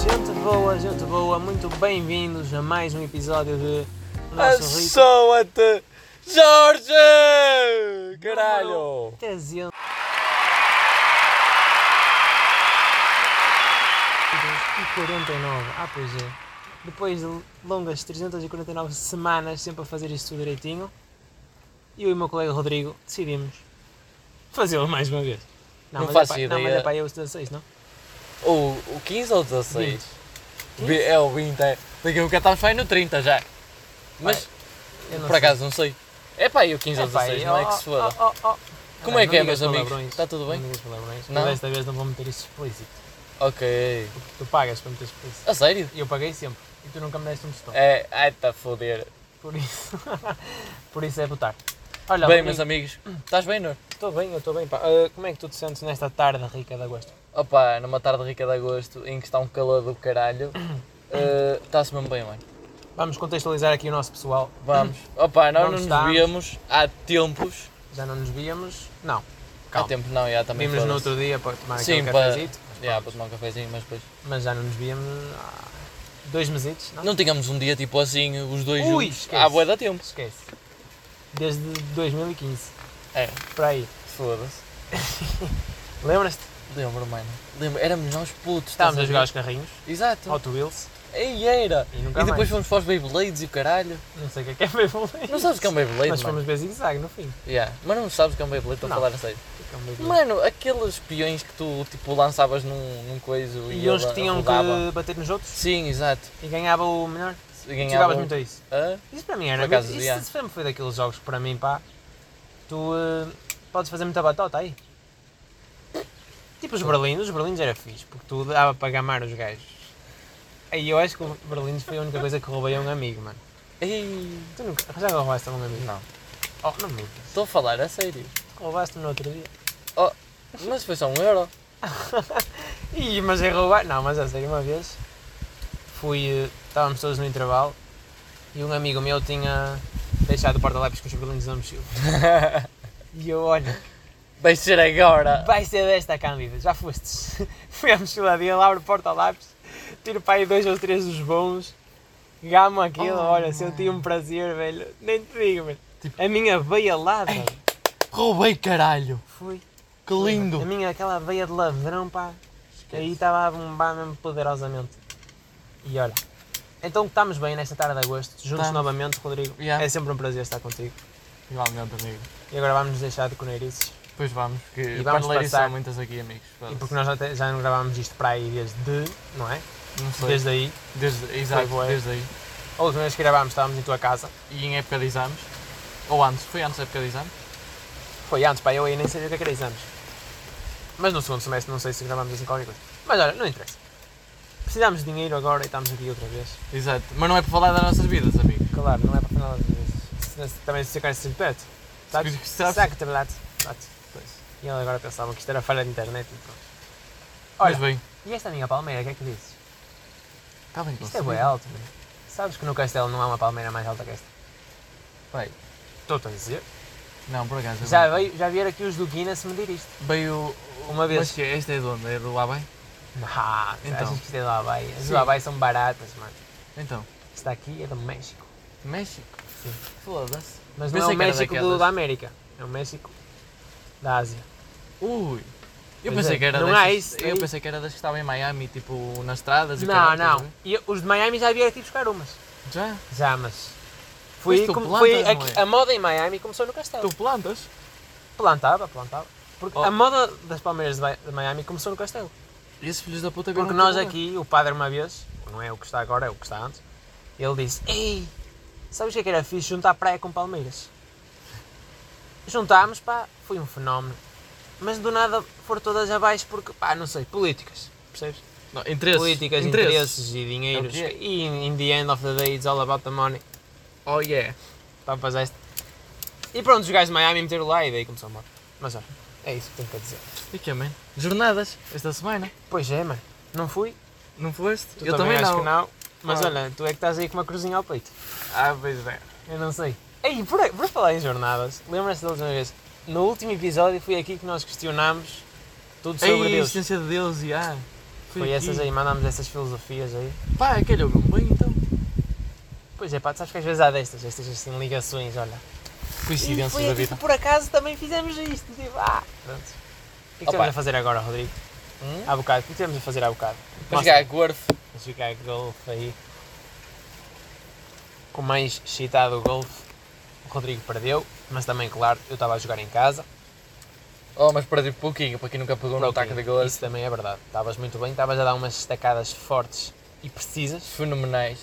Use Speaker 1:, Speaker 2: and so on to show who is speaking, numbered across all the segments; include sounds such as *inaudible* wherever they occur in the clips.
Speaker 1: Gente boa, gente boa, muito bem-vindos a mais um episódio de Nosso Rico
Speaker 2: Assoa-te, Jorge! Caralho!
Speaker 1: 300. E 49, ah pois é. Depois de longas 349 semanas sempre a fazer isto tudo direitinho, eu e o meu colega Rodrigo decidimos fazê-lo mais uma vez.
Speaker 2: Não
Speaker 1: mas
Speaker 2: faço
Speaker 1: é, para- Não,
Speaker 2: ideia.
Speaker 1: mas é para eu os 16, não?
Speaker 2: Ou o 15 ou 16? B- É o 20, é. Daqui a pouco estamos vai no 30 já. Mas,
Speaker 1: Eu não
Speaker 2: por
Speaker 1: sei. oh,
Speaker 2: acaso, não sei. É pá, aí o 15 ou 16, não é que se foda. Como é que é, meus amigos? Está tudo bem?
Speaker 1: Não digas palavrões.
Speaker 2: Não?
Speaker 1: Mas desta vez não vou meter isso explícito.
Speaker 2: Ok.
Speaker 1: Porque tu pagas para meter explícito.
Speaker 2: A sério?
Speaker 1: E eu paguei sempre. E tu nunca me deste um tostão.
Speaker 2: É, ai, tá a foder.
Speaker 1: Por isso. *laughs* por isso é botar. Olha,
Speaker 2: Bem,
Speaker 1: Rodrigo,
Speaker 2: meus amigos, estás bem, Nur?
Speaker 1: Estou bem, eu estou bem. Pá. Ah, como é que tu te sentes nesta tarde rica de agosto?
Speaker 2: Opa, numa tarde rica de agosto, em que está um calor
Speaker 1: *coughs*
Speaker 2: do caralho, eh, está-se mesmo bem, mano.
Speaker 1: Vamos contextualizar aqui o nosso pessoal.
Speaker 2: Vamos. Opa,
Speaker 1: Não
Speaker 2: nós não
Speaker 1: estamos.
Speaker 2: nos víamos há tempos.
Speaker 1: Já não nos víamos. Não.
Speaker 2: Há
Speaker 1: Calma.
Speaker 2: tempo não, já também
Speaker 1: Vimos no
Speaker 2: foda-se.
Speaker 1: outro dia para tomar
Speaker 2: Sim,
Speaker 1: aquele
Speaker 2: para-
Speaker 1: cafezito.
Speaker 2: Já, para tomar um cafezinho, mas depois.
Speaker 1: Mas já não nos víamos há dois mesitos, não?
Speaker 2: Não tínhamos um dia tipo assim, os dois
Speaker 1: Ui,
Speaker 2: juntos.
Speaker 1: esquece.
Speaker 2: Há boa da tempo.
Speaker 1: Esquece. Desde 2015.
Speaker 2: É,
Speaker 1: Por aí.
Speaker 2: foda-se.
Speaker 1: Lembras-te?
Speaker 2: Lembro, mano. Lembro, éramos nós putos. estás
Speaker 1: Estávamos a
Speaker 2: ver?
Speaker 1: jogar os carrinhos,
Speaker 2: Exato.
Speaker 1: Hot Wheels,
Speaker 2: E era.
Speaker 1: e nunca
Speaker 2: E
Speaker 1: mais.
Speaker 2: depois fomos para os Beyblades e o caralho.
Speaker 1: Não sei o que é que é Beyblade.
Speaker 2: Não sabes o que é um Beyblade,
Speaker 1: Mas
Speaker 2: mano?
Speaker 1: fomos ver zigue-zague no fim.
Speaker 2: Yeah, Mas não sabes o que é um Beyblade, estou a
Speaker 1: Não.
Speaker 2: falar a sério.
Speaker 1: O que é um Beyblade?
Speaker 2: Mano, aqueles peões que tu tipo lançavas num, num coiso e,
Speaker 1: E uns
Speaker 2: ele
Speaker 1: que tinham
Speaker 2: rodava.
Speaker 1: que bater nos outros
Speaker 2: Sim, exato.
Speaker 1: e ganhava o melhor.
Speaker 2: Ganhava...
Speaker 1: Jogavas muito a isso.
Speaker 2: Hã?
Speaker 1: Isso para mim era.
Speaker 2: Por acaso,
Speaker 1: muito-
Speaker 2: yeah.
Speaker 1: Isso sempre foi daqueles jogos que para mim, pá. Tu eh, podes fazer muita batota aí. Tipo os berlindos, os berlindos era fixe, porque tu dava para gamar os gajos. Aí eu acho que o berlindos foi a única coisa que roubei a um amigo, mano.
Speaker 2: Ei,
Speaker 1: Tu nunca já roubaste a um amigo?
Speaker 2: Não.
Speaker 1: Oh, não me digas.
Speaker 2: Estou a falar a sério.
Speaker 1: Roubaste-me no outro dia.
Speaker 2: Mas foi só um euro. *laughs*
Speaker 1: Ih, mas é roubar. Não, mas a sério, uma vez fui. eh, Estávamos todos no intervalo e um amigo meu tinha deixado o porta-lápis com os berlindos na mochila. E eu, olha,
Speaker 2: Vai ser agora.
Speaker 1: vai ser desta Cândida, já fostes. *laughs* Fui à mochila dele, abro o porta-lápis, tiro para aí dois ou três dos bons, gamo aquilo,
Speaker 2: Oh, Tipo
Speaker 1: olha, senti um prazer, velho. Nem te digo, velho. A minha veia lada.
Speaker 2: Roubei caralho.
Speaker 1: Fui.
Speaker 2: Que
Speaker 1: A
Speaker 2: lindo.
Speaker 1: minha, aquela veia de ladrão, pá. Aí tá. estava a bombar mesmo poderosamente. E olha, então estamos bem nesta tarde de agosto, juntos
Speaker 2: Estamos.
Speaker 1: novamente, Rodrigo.
Speaker 2: Yeah.
Speaker 1: É sempre um prazer estar contigo.
Speaker 2: Igualmente, amigo.
Speaker 1: E agora vamos nos deixar de coneirices.
Speaker 2: Pois vamos, porque
Speaker 1: E
Speaker 2: e
Speaker 1: vamos passar-
Speaker 2: há muitas aqui, amigos.
Speaker 1: E porque nós já, te- já não gravámos isto para aí desde, não é?
Speaker 2: Não sei.
Speaker 1: Desde aí.
Speaker 2: desde, exato,
Speaker 1: bué.
Speaker 2: desde aí.
Speaker 1: A última vez que gravámos estávamos em tua casa.
Speaker 2: E em época de exames. Ou antes, foi antes da época de exames?
Speaker 1: Foi antes, pá, eu aí nem sabia o que é que era exames. Mas no segundo semestre não sei se gravámos assim qualquer coisa. Mas olha, não interessa. Precisámos de dinheiro agora e estamos aqui outra vez.
Speaker 2: Exato. Mas não é para falar das nossas vidas, amigo.
Speaker 1: Claro, não é para falar de vezes. Também se eu quero ser perto. Sabes?
Speaker 2: Se- sabes?
Speaker 1: Sabe que lado. E ele agora pensava que isto era falha de internet e pronto. Olha,
Speaker 2: Mas bem.
Speaker 1: e esta minha palmeira, o que é que dizes?
Speaker 2: Está bem,
Speaker 1: Isto é bem alto, mano. Sabes que no castelo não há uma palmeira mais alta que esta?
Speaker 2: Bem,
Speaker 1: Estou-te a dizer.
Speaker 2: não, por acaso. é
Speaker 1: Já,
Speaker 2: bom.
Speaker 1: veio, já vieram aqui os do Guinness medir isto.
Speaker 2: Veio
Speaker 1: Uma vez.
Speaker 2: Mas que é- esta é de onde? É do Labai?
Speaker 1: Ah,
Speaker 2: Então.
Speaker 1: achas que isto é do Havaí? As
Speaker 2: Sim.
Speaker 1: do Havaí são baratas, mano.
Speaker 2: Então.
Speaker 1: Isto aqui é do México.
Speaker 2: México?
Speaker 1: Sim.
Speaker 2: Foda-se.
Speaker 1: Mas não
Speaker 2: Pensei
Speaker 1: é o
Speaker 2: que era
Speaker 1: México do-
Speaker 2: daquelas.
Speaker 1: da América. É o México da Ásia.
Speaker 2: Ui. Eu
Speaker 1: Pois
Speaker 2: pensei
Speaker 1: é,
Speaker 2: que era
Speaker 1: não
Speaker 2: destas-
Speaker 1: há isso
Speaker 2: Eu
Speaker 1: aí.
Speaker 2: pensei que era das que estavam em Miami, tipo, nas estradas e o
Speaker 1: Não,
Speaker 2: caralho, estás a
Speaker 1: não. E os de Miami já vieram aqui buscar umas.
Speaker 2: ver? Já?
Speaker 1: Já, mas.
Speaker 2: Mas
Speaker 1: Foi,
Speaker 2: tu
Speaker 1: como-
Speaker 2: plantas,
Speaker 1: foi
Speaker 2: não
Speaker 1: aqui-
Speaker 2: é?
Speaker 1: a moda em Miami começou no castelo.
Speaker 2: Tu Então plantas?
Speaker 1: Plantava, plantava. Porque
Speaker 2: Oh.
Speaker 1: a moda das palmeiras de Ba- de Miami começou no castelo.
Speaker 2: E esses filhos da puta
Speaker 1: Porque
Speaker 2: vieram
Speaker 1: nós
Speaker 2: trabalhar.
Speaker 1: aqui, o padre uma vez, não é o que está agora, é o que está antes, ele disse, ei, sabes o que é que era fixe? Juntar praia com palmeiras. Juntámos, pá, foi um fenómeno. Mas do nada foram todas abaixo porque, pá, não sei, políticas, percebes?
Speaker 2: Não, interesses.
Speaker 1: Políticas,
Speaker 2: interesses.
Speaker 1: interesses, e dinheiros.
Speaker 2: É o que é.
Speaker 1: E in the end of the day it's all about the money. Tá,
Speaker 2: Oh yeah.
Speaker 1: Papas este. E pronto, os gajos de Miami meteram lá e daí começou a morte. Mas olha, É isso que tenho para dizer.
Speaker 2: E que, man? Jornadas, esta semana.
Speaker 1: Pois é, mano. Não fui.
Speaker 2: Não foste?
Speaker 1: Tu
Speaker 2: eu também,
Speaker 1: acho
Speaker 2: não.
Speaker 1: que não. Mas
Speaker 2: Ah.
Speaker 1: olha, tu é que estás aí com uma cruzinha ao peito.
Speaker 2: Ah, pois é.
Speaker 1: Eu não sei. Ei, por, por falar em jornadas, lembra-se da última vez? No último episódio foi aqui que nós questionámos tudo sobre
Speaker 2: Ei, a
Speaker 1: Deus.
Speaker 2: existência de Deus, e ah.
Speaker 1: Foi essas aí, mandámos essas filosofias aí.
Speaker 2: Pá, calhou mesmo bem então.
Speaker 1: Pois é, pá, tu sabes que às vezes há destas, estas assim, ligações, olha. E
Speaker 2: Coincidências
Speaker 1: foi
Speaker 2: da
Speaker 1: aqui que
Speaker 2: vida.
Speaker 1: por acaso também fizemos isto. Tipo, ah, pronto. O que é que
Speaker 2: Opa.
Speaker 1: estamos a fazer agora, Rodrigo?
Speaker 2: Ah,
Speaker 1: Há bocado, o que é que estamos a fazer há bocado?
Speaker 2: Hum? Mas
Speaker 1: Mostra.
Speaker 2: cá, Gorf.
Speaker 1: Vamos jogar golfe aí. Com mais excitado o golfe, o Rodrigo perdeu, mas também, claro, eu estava a jogar em casa.
Speaker 2: Oh, mas perdi pouquinho, para quem nunca pegou no Um ataque da
Speaker 1: Isso
Speaker 2: Gorf.
Speaker 1: também é verdade. Estavas muito bem, estavas a dar umas estacadas fortes e precisas.
Speaker 2: Fenomenais.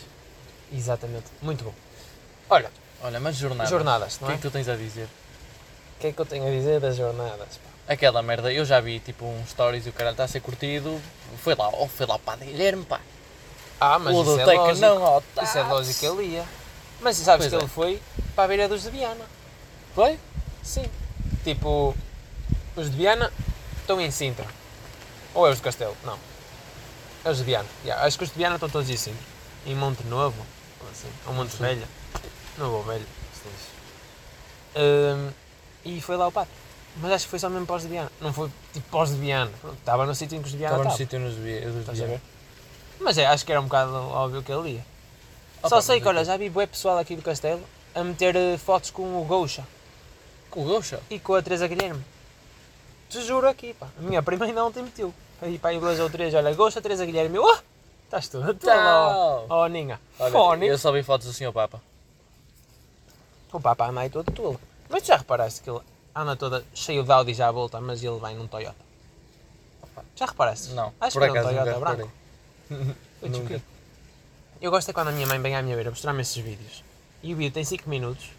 Speaker 1: Exatamente, muito bom.
Speaker 2: Olha, olha, mas jornadas.
Speaker 1: Jornadas,
Speaker 2: O
Speaker 1: não
Speaker 2: que
Speaker 1: é?
Speaker 2: é que tu tens a dizer?
Speaker 1: O que é que eu tenho a dizer das jornadas? pá?
Speaker 2: Aquela merda, eu já vi tipo um stories e o caralho está a ser curtido. Foi lá, oh, foi lá o Padre Guilherme, pá.
Speaker 1: Ah, mas
Speaker 2: o
Speaker 1: isso
Speaker 2: do
Speaker 1: é
Speaker 2: Teca
Speaker 1: lógico.
Speaker 2: não, ó, tá.
Speaker 1: Isso é lógico que ele ia. Mas sabes
Speaker 2: Pois
Speaker 1: que
Speaker 2: é.
Speaker 1: ele foi para a beira dos de Viana.
Speaker 2: Foi?
Speaker 1: Sim. Tipo, os de Viana estão em Sintra. Ou é os de Castelo? Não. É os de Viana. Yeah, Acho que os de Viana estão todos em Sintra. Em Monte Novo, ou assim. Ou Monte
Speaker 2: Sim.
Speaker 1: Velho. Novo ou Velho, se diz. Hum, e foi lá o padre. Mas acho que foi só mesmo para os de Viana. Não foi tipo para os de Viana. Pronto, Estava no sítio em que os de Viana
Speaker 2: Estava no
Speaker 1: estavam.
Speaker 2: sítio nos vi- dos
Speaker 1: Estás a
Speaker 2: dias.
Speaker 1: ver? Mas é, acho que era um bocado óbvio que ele ia.
Speaker 2: Opa,
Speaker 1: Só
Speaker 2: mas
Speaker 1: sei que, olha,
Speaker 2: aqui-
Speaker 1: já vi bué pessoal aqui do Castelo a meter eh, fotos com o Goucha
Speaker 2: Com o Gaucha?
Speaker 1: e com a Teresa Guilherme. Te juro aqui, pá. A minha prima ainda ontem meteu. Aí, pá, aí duas ou três, olha, Goucha, Teresa Guilherme. Oh, estás toda tola.
Speaker 2: Tchau!
Speaker 1: Oh, Ninha.
Speaker 2: Olha,
Speaker 1: Fone.
Speaker 2: eu só vi fotos do Sr. Papa.
Speaker 1: O papá anda aí todo tolo. Mas tu já reparaste que ele anda toda cheio de Audi já à volta, mas ele vai num Toyota. Já reparaste?
Speaker 2: Não,
Speaker 1: Acho
Speaker 2: por
Speaker 1: que era um
Speaker 2: acaso
Speaker 1: Toyota
Speaker 2: nunca
Speaker 1: branco. Eu te
Speaker 2: Nunca.
Speaker 1: explico. Eu gosto é quando a minha mãe vem à minha beira mostrar-me esses vídeos. E o vídeo tem 5 minutos.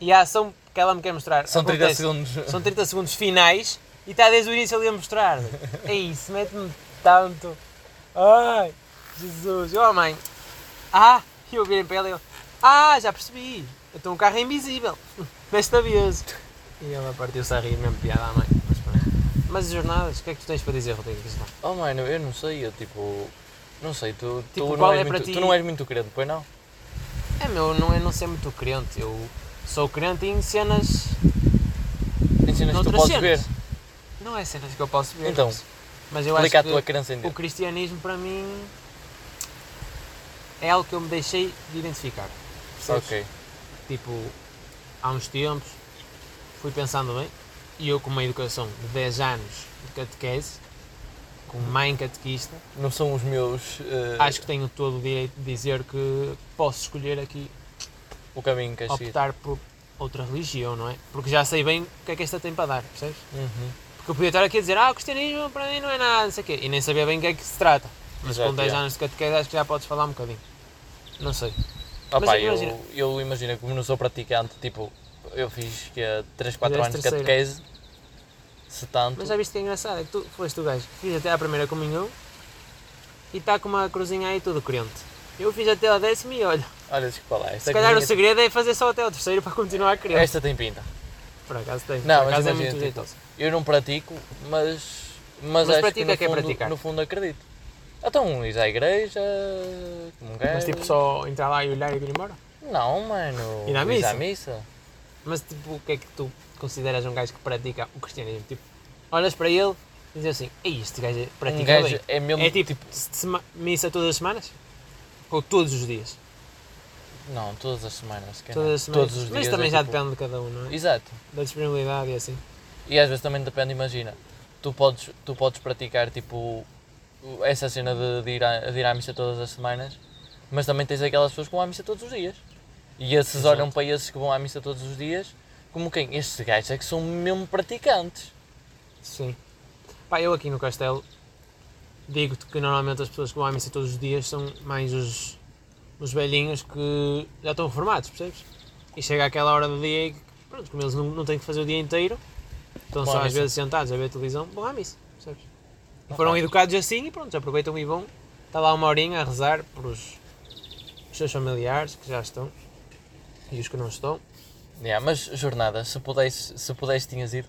Speaker 1: E a ação que ela me quer mostrar.
Speaker 2: São 30
Speaker 1: acontece-
Speaker 2: segundos.
Speaker 1: São 30 segundos finais e está desde o início ali a mostrar. É isso, mete-me tanto. Ai, Jesus. Oh, mãe. Ah, e eu virei para ela e eu. Ah, já percebi. Eu estou um carro invisível. *laughs* Desta vez. E ela partiu-se a rir, mesmo piada à mãe. Mas, pronto. Mas as jornadas, o que é que tu tens para dizer, Rodrigo? Diz lá.
Speaker 2: Oh, mano, eu não sei, eu tipo. Não sei, tu,
Speaker 1: Tipo,
Speaker 2: tu,
Speaker 1: qual
Speaker 2: não, és
Speaker 1: é para
Speaker 2: muito,
Speaker 1: ti?
Speaker 2: tu não és muito crente, pois não?
Speaker 1: É meu, não é não ser muito crente. Eu sou crente em cenas.
Speaker 2: Ensinas que tu
Speaker 1: noutras
Speaker 2: podes
Speaker 1: cenas.
Speaker 2: ver.
Speaker 1: Não é cenas que eu posso ver.
Speaker 2: Então,
Speaker 1: mas- mas eu
Speaker 2: Explica a
Speaker 1: acho que
Speaker 2: tua crença em
Speaker 1: o
Speaker 2: Deus.
Speaker 1: cristianismo para mim é algo que eu me deixei de identificar. percebes?
Speaker 2: Ok.
Speaker 1: Tipo, há uns tempos fui pensando bem e eu com uma educação de 10 anos de catequese, com mãe catequista,
Speaker 2: Não são os meus. eh,
Speaker 1: acho que tenho todo o direito de dizer que posso escolher aqui
Speaker 2: O caminho que achei.
Speaker 1: optar por outra religião, não é? Porque já sei bem o que é que esta tem para dar, percebes?
Speaker 2: Uhum.
Speaker 1: Porque eu podia estar aqui a dizer, ah, o cristianismo para mim não é nada, não sei o quê, e nem sabia bem o que é que se trata. Mas
Speaker 2: Exato,
Speaker 1: com 10
Speaker 2: já.
Speaker 1: anos de catequese acho que já podes falar um bocadinho. Não sei.
Speaker 2: Ah,
Speaker 1: Mas é
Speaker 2: pá, eu,
Speaker 1: imagina-
Speaker 2: eu imagino, como não sou praticante, tipo, eu fiz que 3, 4 anos
Speaker 1: Fizeste
Speaker 2: de
Speaker 1: terceira.
Speaker 2: catequese, se tanto.
Speaker 1: Mas já viste que é engraçado, é que tu foste o gajo que fiz até à primeira comunhão e está com uma cruzinha aí todo crente. Eu fiz até a décima e olha,
Speaker 2: Olha, desculpa lá. Esta
Speaker 1: se calhar o é.
Speaker 2: cozinha-
Speaker 1: segredo é fazer só até o terceiro para continuar a crente.
Speaker 2: Esta tem pinta.
Speaker 1: Por acaso tem,
Speaker 2: É
Speaker 1: por
Speaker 2: Não, mas
Speaker 1: acaso é
Speaker 2: imagina,
Speaker 1: muito
Speaker 2: tipo,
Speaker 1: jeitoso.
Speaker 2: Eu não pratico, mas. Mas,
Speaker 1: Mas
Speaker 2: acho
Speaker 1: pratica
Speaker 2: que no,
Speaker 1: quer
Speaker 2: fundo,
Speaker 1: praticar.
Speaker 2: no fundo acredito. Então, ir à igreja. Como um gajo.
Speaker 1: Mas tipo só entrar lá e olhar e vir embora.
Speaker 2: Não, mano.
Speaker 1: Ir à missa.
Speaker 2: à missa. Um
Speaker 1: Mas tipo, o que é que tu consideras um gajo que pratica o cristianismo? Tipo, olhas para ele e dizes assim, ei, este gajo pratica
Speaker 2: um gajo
Speaker 1: bem.
Speaker 2: é mesmo.
Speaker 1: É tipo, sema- missa todas as semanas? Ou todos os dias?
Speaker 2: Não, todas as semanas. se calhar.
Speaker 1: Todas as semanas.
Speaker 2: É, Todos os dias.
Speaker 1: Mas também
Speaker 2: é,
Speaker 1: já
Speaker 2: tipo,
Speaker 1: depende de cada um, não é?
Speaker 2: Exato.
Speaker 1: Da disponibilidade e assim.
Speaker 2: E às vezes também depende, imagina, tu podes, tu podes praticar tipo o- essa cena de, de ir à, de ir à missa todas as semanas, mas também tens aquelas pessoas que vão à missa todos os dias. E esses
Speaker 1: Exato.
Speaker 2: olham para esses que vão à missa todos os dias como quem? Estes gajos é que são mesmo praticantes.
Speaker 1: Sim. Pá, eu aqui no Castelo digo-te que normalmente as pessoas que vão à missa todos os dias são mais os, os velhinhos que já estão reformados, percebes? E chega aquela hora do dia e pronto, como eles não, não têm que fazer o dia inteiro, estão
Speaker 2: Vão à
Speaker 1: só às
Speaker 2: missa.
Speaker 1: vezes sentados a ver televisão, vão à missa, percebes? E
Speaker 2: Ok.
Speaker 1: foram educados assim e pronto, aproveitam e vão. Está lá uma horinha a rezar por os, os seus familiares que já estão e os que não estão.
Speaker 2: Yeah, mas jornada, se pudesse, se pudesse tinhas ido.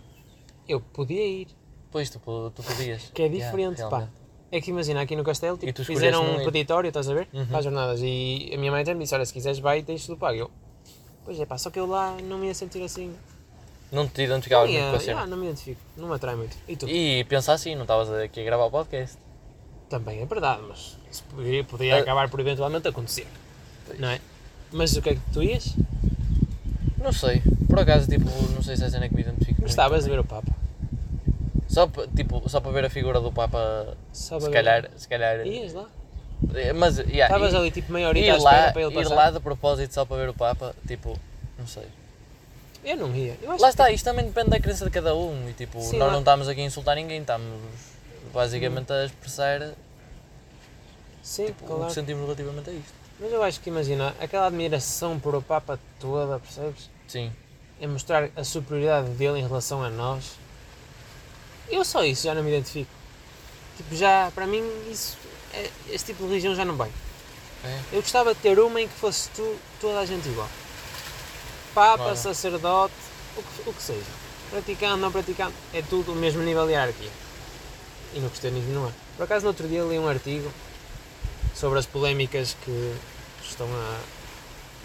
Speaker 1: eu podia ir.
Speaker 2: Pois tu, po- tu podias.
Speaker 1: Que é
Speaker 2: Yeah,
Speaker 1: diferente, pá.
Speaker 2: realmente.
Speaker 1: É que imagina, aqui no Castelo,
Speaker 2: E Uhum. tu
Speaker 1: tipo,
Speaker 2: escolheste
Speaker 1: fizeram
Speaker 2: não
Speaker 1: um
Speaker 2: ir.
Speaker 1: peditório, estás a ver? Para as jornadas. E a minha mãe até me disse: Olha, se quiseres, vai e tens tudo pago. Eu, pois é, pá, só que eu lá não me ia sentir assim.
Speaker 2: Não te
Speaker 1: Não,
Speaker 2: identificavas
Speaker 1: ia,
Speaker 2: muito com a cena.
Speaker 1: ah, não me identifico, não me atrai muito. E tu?
Speaker 2: E pensar assim, não estavas aqui a gravar o podcast.
Speaker 1: Também é verdade, mas isso podia, podia
Speaker 2: Ah.
Speaker 1: acabar por eventualmente acontecer. Não é? Mas o que é que tu ias?
Speaker 2: Não sei. Por acaso, tipo, não sei se é a cena que me identifico. muito.
Speaker 1: Gostavas de ver o Papa?
Speaker 2: Só, pa- tipo, só para ver a figura do Papa,
Speaker 1: Só para
Speaker 2: se
Speaker 1: ver.
Speaker 2: calhar, se calhar. eh,
Speaker 1: Ias lá?
Speaker 2: Mas, yeah,
Speaker 1: Estavas
Speaker 2: e-
Speaker 1: ali tipo meia horita à
Speaker 2: ir
Speaker 1: espera
Speaker 2: lá,
Speaker 1: para ele
Speaker 2: ir
Speaker 1: passar?
Speaker 2: lá de propósito só para ver o Papa, tipo, não sei.
Speaker 1: Eu não ia. Eu acho
Speaker 2: Lá está, isto também depende da crença de cada um e tipo,
Speaker 1: Sim,
Speaker 2: nós
Speaker 1: lá-
Speaker 2: não estamos aqui a insultar ninguém, estamos basicamente a expressar
Speaker 1: que sim,
Speaker 2: tipo, o
Speaker 1: claro.
Speaker 2: que sentimos relativamente a isto.
Speaker 1: Mas eu acho que imagina, aquela admiração por o Papa toda, percebes?
Speaker 2: Sim.
Speaker 1: É mostrar a superioridade dele em relação a nós. Eu só isso já não me identifico. Tipo, já, para mim, isso, é- esse tipo de religião já não vem.
Speaker 2: É.
Speaker 1: Eu gostava de ter uma em que fosse tu, toda a gente igual. Papa,
Speaker 2: Ora.
Speaker 1: sacerdote, o que, o que seja. Praticando, não praticando, é tudo o mesmo nível de hierarquia. E no cristianismo não é. Por acaso, no outro dia li um artigo sobre as polémicas que estão a,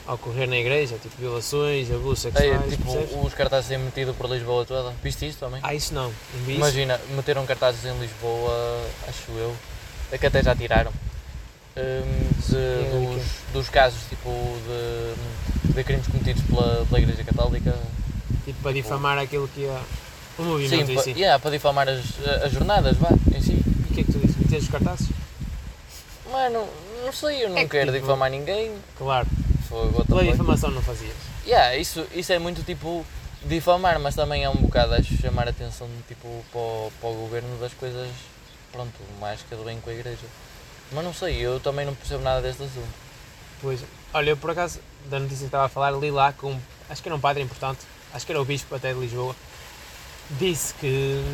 Speaker 1: a ocorrer na igreja, tipo violações, abusos
Speaker 2: É,
Speaker 1: sexuais,
Speaker 2: tipo,
Speaker 1: percebes?
Speaker 2: os cartazes têm metido por Lisboa toda. Viste isso também?
Speaker 1: Ah, isso não. Não vi isso.
Speaker 2: Imagina, meteram cartazes em Lisboa, acho eu, é que até já tiraram, hum, de-
Speaker 1: É,
Speaker 2: dos, dos casos tipo de, de crimes cometidos pela, pela Igreja Católica
Speaker 1: Tipo, para difamar aquilo que é o movimento
Speaker 2: Sim,
Speaker 1: em
Speaker 2: pa,
Speaker 1: si.
Speaker 2: yeah, para difamar as, as jornadas, vá, em si.
Speaker 1: E o que é que tu dizes? Meteres os cartazes?
Speaker 2: Mano, não sei, eu não
Speaker 1: É que
Speaker 2: quero
Speaker 1: tipo-
Speaker 2: difamar ninguém.
Speaker 1: Claro.
Speaker 2: Tá Fogo, what the
Speaker 1: Pela
Speaker 2: fuck.
Speaker 1: difamação não é fazias.
Speaker 2: Yeah, isso, isso é muito tipo difamar, mas também é um bocado, acho, chamar a atenção tipo, para, o, para o governo das coisas, pronto, mais que do bem com a igreja. Mas não sei, eu também não percebo nada deste assunto.
Speaker 1: Pois, olha, eu por acaso, da notícia que estava a falar, li lá com, acho que era um padre importante, acho que era o bispo até de Lisboa, disse que,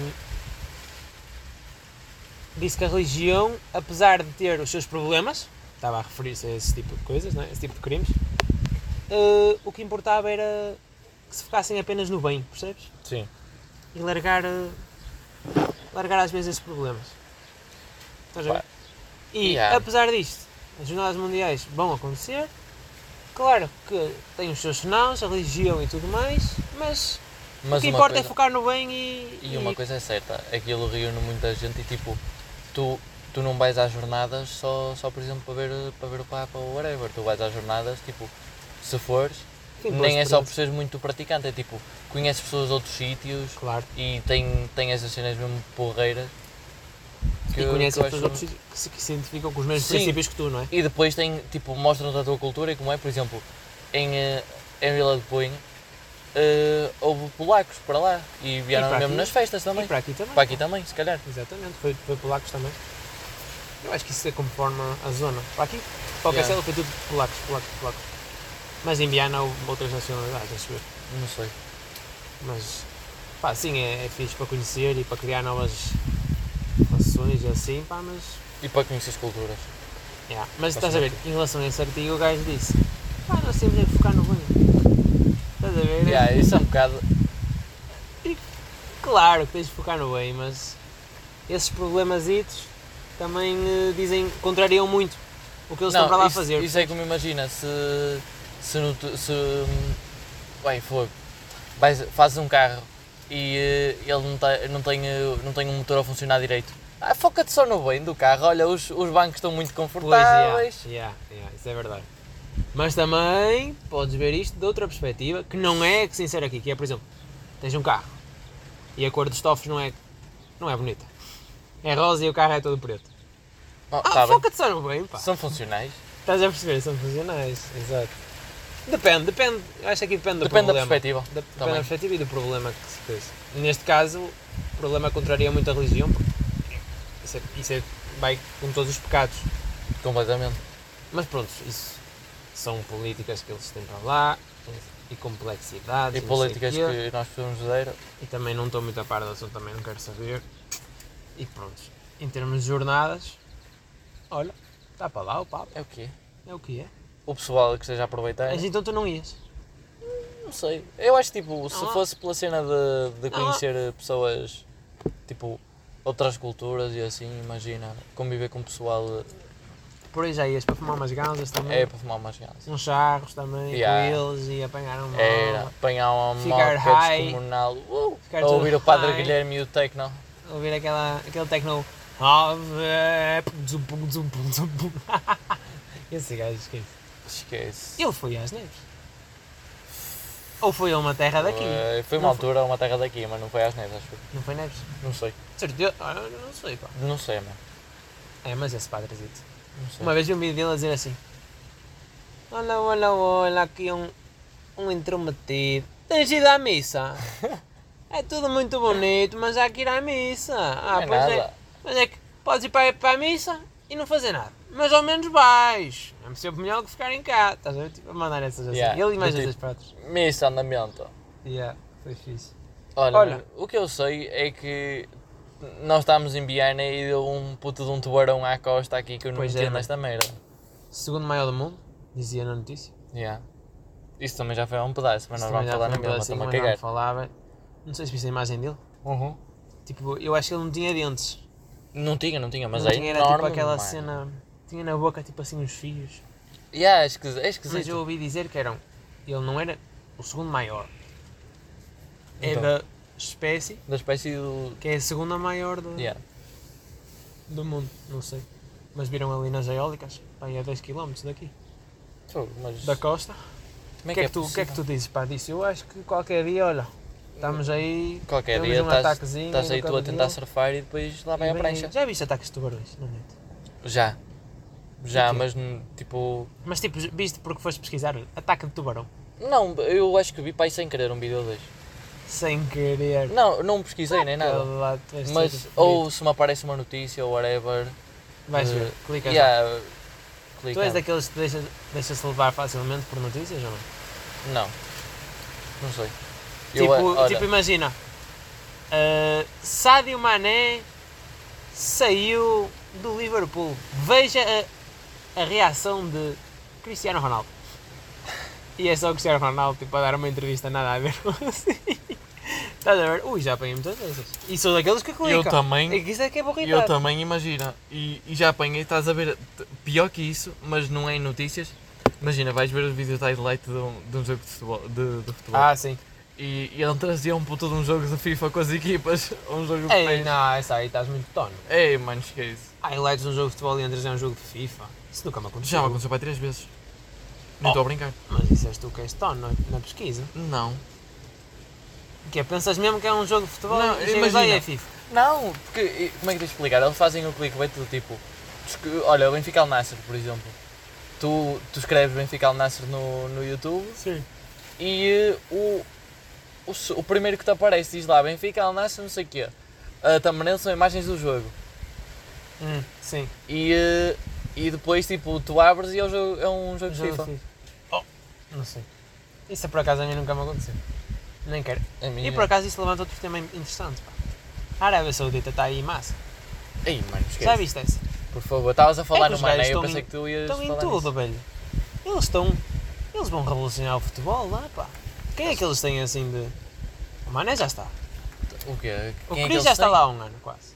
Speaker 1: disse que a religião, apesar de ter os seus problemas, estava a referir-se a esse tipo de coisas, não é? esse tipo de crimes, eh, o que importava era que se focassem apenas no bem, percebes?
Speaker 2: Sim.
Speaker 1: E largar, eh, largar às vezes esses problemas. Estás a ver?
Speaker 2: Pá,
Speaker 1: E
Speaker 2: yeah.
Speaker 1: apesar disto, as jornadas mundiais vão acontecer. Claro que tem os seus sinais, a religião e tudo mais, mas,
Speaker 2: Mas
Speaker 1: o que
Speaker 2: uma
Speaker 1: importa é
Speaker 2: coisa-
Speaker 1: focar no bem e.
Speaker 2: E uma coisa é certa, aquilo reúne muita gente e tipo, tu, tu não vais às jornadas só, só por exemplo para ver, para ver o Papa ou whatever, tu vais às jornadas, tipo, se fores,
Speaker 1: Sim, boas
Speaker 2: nem é só por
Speaker 1: experiências.
Speaker 2: seres muito praticante, é tipo, conheces pessoas de outros sítios
Speaker 1: Claro.
Speaker 2: e tem, tem essas cenas mesmo porreiras.
Speaker 1: e conhece
Speaker 2: eu
Speaker 1: as pessoas
Speaker 2: acho-
Speaker 1: outros que se, que se identificam com os mesmos
Speaker 2: Sim.
Speaker 1: princípios que tu, não é?
Speaker 2: E depois tem, tipo, mostram-te a tua cultura e como é, por exemplo, em, eh, em Vila de Punho, eh, houve polacos para lá e vieram
Speaker 1: para
Speaker 2: mesmo
Speaker 1: aqui?
Speaker 2: nas festas também.
Speaker 1: E para aqui também.
Speaker 2: Para aqui também, se calhar.
Speaker 1: Exatamente, foi, foi polacos também. Eu acho que isso é conforme a zona. Para aqui, para o
Speaker 2: Yeah.
Speaker 1: Castelo foi tudo polacos, polacos, polacos. Mas em Viana houve outras nacionalidades, acho eu.
Speaker 2: Não sei.
Speaker 1: Mas, pá, sim, é, é fixe para conhecer e para criar novas relações e assim, pá, mas.
Speaker 2: E para conhecer as culturas.
Speaker 1: yeah. Mas
Speaker 2: Posso
Speaker 1: estás a ver, em relação a esse artigo, o gajo disse: pá, nós temos é que focar no bem. Estás a ver?
Speaker 2: Yeah, isso é um bocado.
Speaker 1: Claro que tens de focar no bem, mas esses problemasitos também eh, dizem, contrariam muito o que eles estão para lá
Speaker 2: isso,
Speaker 1: fazer.
Speaker 2: Isso é como imagina, se. Se. No, tu- se bem, fogo. Vais, fazes um carro e eh, ele não, tá- não, tem, eh, não tem um motor a funcionar direito. Ah, foca-te só no bem do carro. Olha, os, os bancos estão muito
Speaker 1: Pois, yeah,
Speaker 2: confortáveis.
Speaker 1: yeah, yeah, isso é verdade. Mas também podes ver isto de outra perspectiva, que não é que sincero aqui, que é, por exemplo, tens um carro e a cor dos tofos não é, não é bonita. É rosa e o carro é todo preto.
Speaker 2: Bom,
Speaker 1: Ah,
Speaker 2: tá bem.
Speaker 1: foca-te só no bem, pá.
Speaker 2: São funcionais.
Speaker 1: Estás a perceber, são funcionais, exato. Depende, depende, eu acho que aqui depende do
Speaker 2: Depende da
Speaker 1: problema.
Speaker 2: perspectiva.
Speaker 1: Da- Depende da
Speaker 2: Também.
Speaker 1: perspectiva e do problema que se fez. Neste caso, o problema contraria muito a religião, porque isso, é, isso é, vai com todos os pecados.
Speaker 2: Completamente.
Speaker 1: Mas pronto, isso são políticas que eles têm para lá e complexidades.
Speaker 2: E
Speaker 1: não sei
Speaker 2: políticas
Speaker 1: o quê.
Speaker 2: que nós precisamos fazer.
Speaker 1: E também não estou muito a par do assunto, também não quero saber. E pronto, em termos de jornadas, olha, está para lá o papo,
Speaker 2: É o quê?
Speaker 1: é o que é.
Speaker 2: O pessoal que esteja a aproveitar.
Speaker 1: Mas então tu não ias.
Speaker 2: Não Não sei. Eu acho tipo, se
Speaker 1: Não, ah.
Speaker 2: fosse pela cena de, de
Speaker 1: Não, ah.
Speaker 2: conhecer eh, pessoas, tipo, outras culturas e assim, imagina, conviver com pessoal
Speaker 1: Uhum.
Speaker 2: eh,
Speaker 1: Por aí já ias para fumar umas ganzas também.
Speaker 2: é para fumar umas ganhas.
Speaker 1: Uns charros também
Speaker 2: Yeah.
Speaker 1: com eles e apanhar uma.
Speaker 2: Era apanhar uma
Speaker 1: Uhum. Ficar
Speaker 2: moca
Speaker 1: high.
Speaker 2: descomunal, uh,
Speaker 1: Ficar
Speaker 2: a ouvir
Speaker 1: todo
Speaker 2: o Padre
Speaker 1: high.
Speaker 2: Guilherme e o Tecno.
Speaker 1: Ouvir aquela, aquele techno. Ave- zum, pum, zum, pum, zum, pum. *laughs* Esse gajo esquece.
Speaker 2: Esquece.
Speaker 1: Ele foi às neves. Ou foi a uma terra é daqui.
Speaker 2: Eh, Foi uma
Speaker 1: Não foi.
Speaker 2: altura, uma terra daqui, mas não foi às neves, acho que
Speaker 1: Não foi neves?
Speaker 2: Não sei.
Speaker 1: De certeza. Ah, eu Não sei, pá.
Speaker 2: Não sei, mano.
Speaker 1: É, mas esse padrezito.
Speaker 2: Não sei.
Speaker 1: Uma vez vi um vídeo dele a dizer assim: Olha, olha, olha, aqui um, um intrometido. Tens ido à
Speaker 2: *laughs*
Speaker 1: missa? É tudo muito bonito, mas há que ir à missa. Ah,
Speaker 2: não é
Speaker 1: pois
Speaker 2: nada.
Speaker 1: é. Mas é que podes ir para, para a missa e não fazer nada. Mas ao menos vais. É sempre melhor que ficar em casa. Estás a ver? Tipo, a mandar essas assim.
Speaker 2: Yeah,
Speaker 1: Ele e mais
Speaker 2: do
Speaker 1: essas
Speaker 2: tipo-
Speaker 1: para outros.
Speaker 2: Missa andamento.
Speaker 1: Yeah, foi fixe.
Speaker 2: Olha,
Speaker 1: Olha.
Speaker 2: mano, o que eu sei é que nós estávamos em Biana e deu um puto de um tubarão à costa aqui que eu não
Speaker 1: Pois é,
Speaker 2: entendo
Speaker 1: mano.
Speaker 2: esta merda.
Speaker 1: Segundo maior do mundo, dizia na notícia.
Speaker 2: Yeah. Isso também já foi a um pedaço, mas nós
Speaker 1: Também
Speaker 2: vamos
Speaker 1: já
Speaker 2: falar na
Speaker 1: foi um
Speaker 2: mesma,
Speaker 1: pedacinho,
Speaker 2: estamos a
Speaker 1: mas não
Speaker 2: cagar.
Speaker 1: falava. Não sei se viste a imagem dele.
Speaker 2: Uhum.
Speaker 1: Tipo, eu acho que ele não tinha dentes.
Speaker 2: Não tinha, não tinha, mas
Speaker 1: Não
Speaker 2: é
Speaker 1: tinha, era
Speaker 2: enorme,
Speaker 1: tipo aquela
Speaker 2: mano.
Speaker 1: cena. Tinha na boca tipo assim uns fios.
Speaker 2: Yeah, é esquisito. É
Speaker 1: Mas
Speaker 2: esquisito.
Speaker 1: eu ouvi dizer que eram. Ele não era o segundo maior. É
Speaker 2: Então.
Speaker 1: da espécie
Speaker 2: Da espécie do...
Speaker 1: que é a segunda maior do,
Speaker 2: Yeah.
Speaker 1: do mundo. Não sei. Mas viram ali nas eólicas, bem a 2km daqui,
Speaker 2: Fogo, Mas
Speaker 1: da costa.
Speaker 2: como
Speaker 1: O que, é que tu, o que é que tu dizes para disso? Eu acho que qualquer dia, olha, estamos aí.
Speaker 2: possível? Qualquer
Speaker 1: temos
Speaker 2: dia
Speaker 1: um
Speaker 2: estás-
Speaker 1: ataquezinho
Speaker 2: estás
Speaker 1: no
Speaker 2: aí tu a tentar
Speaker 1: cabedelo.
Speaker 2: surfar e depois lá vai a
Speaker 1: Bem,
Speaker 2: prancha.
Speaker 1: Já viste ataques de tubarões na net?
Speaker 2: Já. Já,
Speaker 1: quê?
Speaker 2: mas n- tipo...
Speaker 1: Mas tipo, viste porque foste pesquisar ataque de tubarão?
Speaker 2: Não, eu acho que vi pai sem querer um vídeo deste.
Speaker 1: Sem querer.
Speaker 2: Não, não pesquisei nem nada.
Speaker 1: Lá, tu és
Speaker 2: Mas,
Speaker 1: tudo
Speaker 2: ou se me aparece uma notícia ou whatever.
Speaker 1: Vais
Speaker 2: eh,
Speaker 1: ver, clica já.
Speaker 2: yeah, clica.
Speaker 1: Tu és daqueles que deixa- deixa-se levar facilmente por notícias ou não?
Speaker 2: Não. Não sei. Eu, eh,
Speaker 1: Tipo,
Speaker 2: olha,
Speaker 1: tipo, imagina. ah, Sadio Mané saiu do Liverpool. Veja a, a reação de Cristiano Ronaldo. E é só o Cristiano Ronaldo tipo, a dar uma entrevista nada a ver com assim. Estás a ver? Ui, já apanhei muitas vezes. E sou daqueles que clicam.
Speaker 2: também-
Speaker 1: É que isso é que é
Speaker 2: E
Speaker 1: burritar.
Speaker 2: Eu também, imagina. E, e já apanhei, estás a ver, t- pior que isso, mas não é em notícias. Imagina, vais ver os vídeos de highlight de um, de um jogo de futebol. De, de futebol.
Speaker 1: Ah, sim.
Speaker 2: E, e ele trazia um puto de um jogo de FIFA com as equipas. *laughs* Um jogo de
Speaker 1: Ei,
Speaker 2: pés.
Speaker 1: não, essa aí estás muito tonto.
Speaker 2: Ei, mano, esquece.
Speaker 1: Highlights de um jogo de futebol e entras é um jogo de FIFA. Isso nunca me aconteceu.
Speaker 2: Já me aconteceu para três vezes.
Speaker 1: Oh.
Speaker 2: Não estou a brincar.
Speaker 1: Mas isso és tu que és ton na, na pesquisa.
Speaker 2: Não.
Speaker 1: Que é, pensas mesmo que é um jogo de futebol
Speaker 2: Não,
Speaker 1: e chegas
Speaker 2: imagina.
Speaker 1: lá e é FIFA.
Speaker 2: Não, porque e, como é que tens de explicar? Eles fazem o clickbait do tipo. descu- Olha, o Benfica Al Nasser, por exemplo. Tu, tu escreves Benfica Al Nasser no, no YouTube
Speaker 1: Sim.
Speaker 2: e eh, o, o, se- o primeiro que te aparece diz lá Benfica Al Nasser, não sei o quê. A thumbnail são imagens do jogo.
Speaker 1: Hum, sim.
Speaker 2: E, eh, e depois, tipo, tu abres e é um jogo, é um jogo de
Speaker 1: Jogo
Speaker 2: FIFA.
Speaker 1: de FIFA. Oh, não sei. Isso por acaso a mim nunca me aconteceu. Nem quero.
Speaker 2: A mim,
Speaker 1: E por acaso isso levanta outro tema interessante. Pá. A Arábia Saudita está aí em massa.
Speaker 2: Ei, mano, esquece.
Speaker 1: Já viste essa?
Speaker 2: Por favor, estavas a falar
Speaker 1: que
Speaker 2: no
Speaker 1: os
Speaker 2: Mané
Speaker 1: gajos
Speaker 2: eu
Speaker 1: estão
Speaker 2: pensei
Speaker 1: em-
Speaker 2: que tu ias
Speaker 1: Estão em
Speaker 2: é falar
Speaker 1: tudo,
Speaker 2: nisso.
Speaker 1: velho. Eles estão. Eles vão revolucionar o futebol lá, pá. Quem é que eles têm assim de. O Mané já está.
Speaker 2: O quê?
Speaker 1: O
Speaker 2: Quem é que
Speaker 1: Cris
Speaker 2: eles
Speaker 1: já está
Speaker 2: têm?
Speaker 1: lá há um ano quase.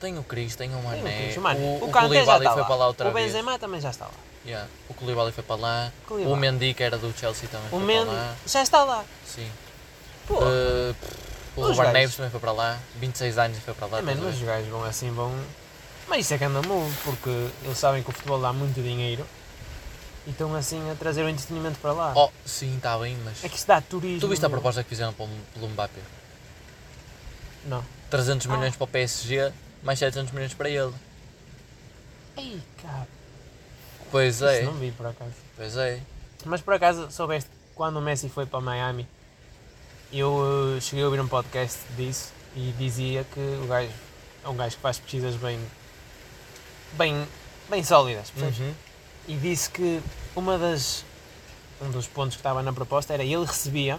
Speaker 2: Tem o Cris, tem o
Speaker 1: Tem o
Speaker 2: Mané.
Speaker 1: Cris, o Mané.
Speaker 2: o, o,
Speaker 1: Kanté já
Speaker 2: Koulibaly
Speaker 1: está
Speaker 2: foi
Speaker 1: lá.
Speaker 2: para lá outra
Speaker 1: O
Speaker 2: vez.
Speaker 1: Benzema também já está lá.
Speaker 2: Yeah. O Koulibaly foi para lá.
Speaker 1: Koulibaly.
Speaker 2: O Mendy, que era do Chelsea, também
Speaker 1: O
Speaker 2: foi
Speaker 1: Mendy
Speaker 2: para lá.
Speaker 1: já está lá.
Speaker 2: Sim.
Speaker 1: Pô,
Speaker 2: Uh, pff, o
Speaker 1: Os
Speaker 2: Ruben
Speaker 1: gajos.
Speaker 2: Neves também foi para lá. 26 anos e foi para lá.
Speaker 1: é, mano,
Speaker 2: estás a
Speaker 1: mas os
Speaker 2: ver?
Speaker 1: gajos vão assim, vão. Mas isso é que anda move, porque eles sabem que o futebol dá muito dinheiro e estão assim a trazer o entretenimento para lá.
Speaker 2: Oh, sim, está bem, mas...
Speaker 1: É que se dá turismo.
Speaker 2: Tu viste a
Speaker 1: meu.
Speaker 2: proposta que fizeram para o- pelo Mbappé?
Speaker 1: Não.
Speaker 2: 300
Speaker 1: Ah.
Speaker 2: milhões para o PSG, mais 700 milhões para ele.
Speaker 1: Ei, cara,
Speaker 2: Pois
Speaker 1: isso
Speaker 2: é,
Speaker 1: não vi por acaso.
Speaker 2: pois é.
Speaker 1: Mas por acaso soubeste quando o Messi foi para Miami, eu eh, cheguei a ouvir um podcast disso e dizia que o gajo é um gajo que faz pesquisas bem. bem. bem sólidas, percebes?
Speaker 2: Uhum.
Speaker 1: E disse que uma das. um dos pontos que estava na proposta era ele recebia.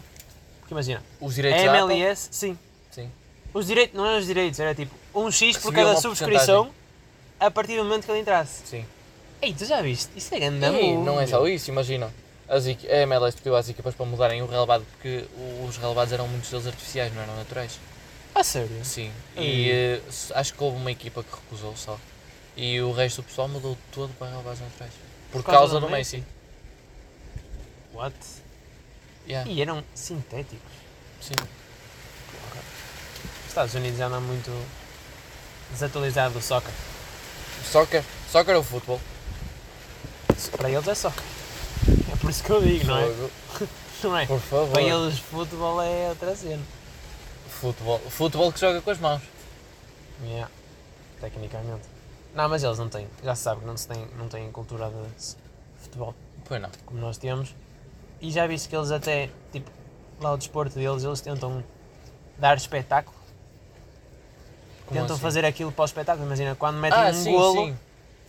Speaker 1: porque imagina,
Speaker 2: Os
Speaker 1: a
Speaker 2: direitos da Apple,
Speaker 1: MLS, sim,
Speaker 2: sim.
Speaker 1: os direitos, não eram os direitos, era tipo um X por
Speaker 2: Recebia
Speaker 1: cada
Speaker 2: uma
Speaker 1: subscrição a partir do momento que ele entrasse.
Speaker 2: sim.
Speaker 1: Ei, tu já viste? Isso é grande
Speaker 2: E
Speaker 1: amor.
Speaker 2: não é só isso, imagina. As equi- a MLS pediu às equipas é para mudarem o relevado porque os relevados eram muitos deles artificiais, não eram naturais.
Speaker 1: A sério?
Speaker 2: Sim.
Speaker 1: Ei.
Speaker 2: E eh, s- acho que houve uma equipa que recusou só. E o resto do pessoal mudou todo para relevados naturais. Por,
Speaker 1: causa
Speaker 2: causa,
Speaker 1: do
Speaker 2: do Messi.
Speaker 1: What?
Speaker 2: Yeah,
Speaker 1: E eram sintéticos.
Speaker 2: sim.
Speaker 1: Os Estados Unidos andam muito desatualizado do soccer.
Speaker 2: Soccer, soccer ou futebol?
Speaker 1: Isso Para eles é soccer. É por isso que eu digo, não é?
Speaker 2: Fogo.
Speaker 1: Não é?
Speaker 2: Por favor.
Speaker 1: Para eles futebol é outra cena.
Speaker 2: Futebol. Futebol que joga com as mãos.
Speaker 1: Yeah. É, Tecnicamente. Não, mas eles não têm. Já se sabe que não, se tem, não têm cultura de s- futebol
Speaker 2: Pois não.
Speaker 1: como nós temos. E já viste que eles até, tipo, lá o desporto deles, eles tentam dar espetáculo.
Speaker 2: Como
Speaker 1: tentam
Speaker 2: assim?
Speaker 1: fazer aquilo para o espetáculo. Imagina, quando metem
Speaker 2: ah,
Speaker 1: um
Speaker 2: sim,
Speaker 1: golo,
Speaker 2: sim.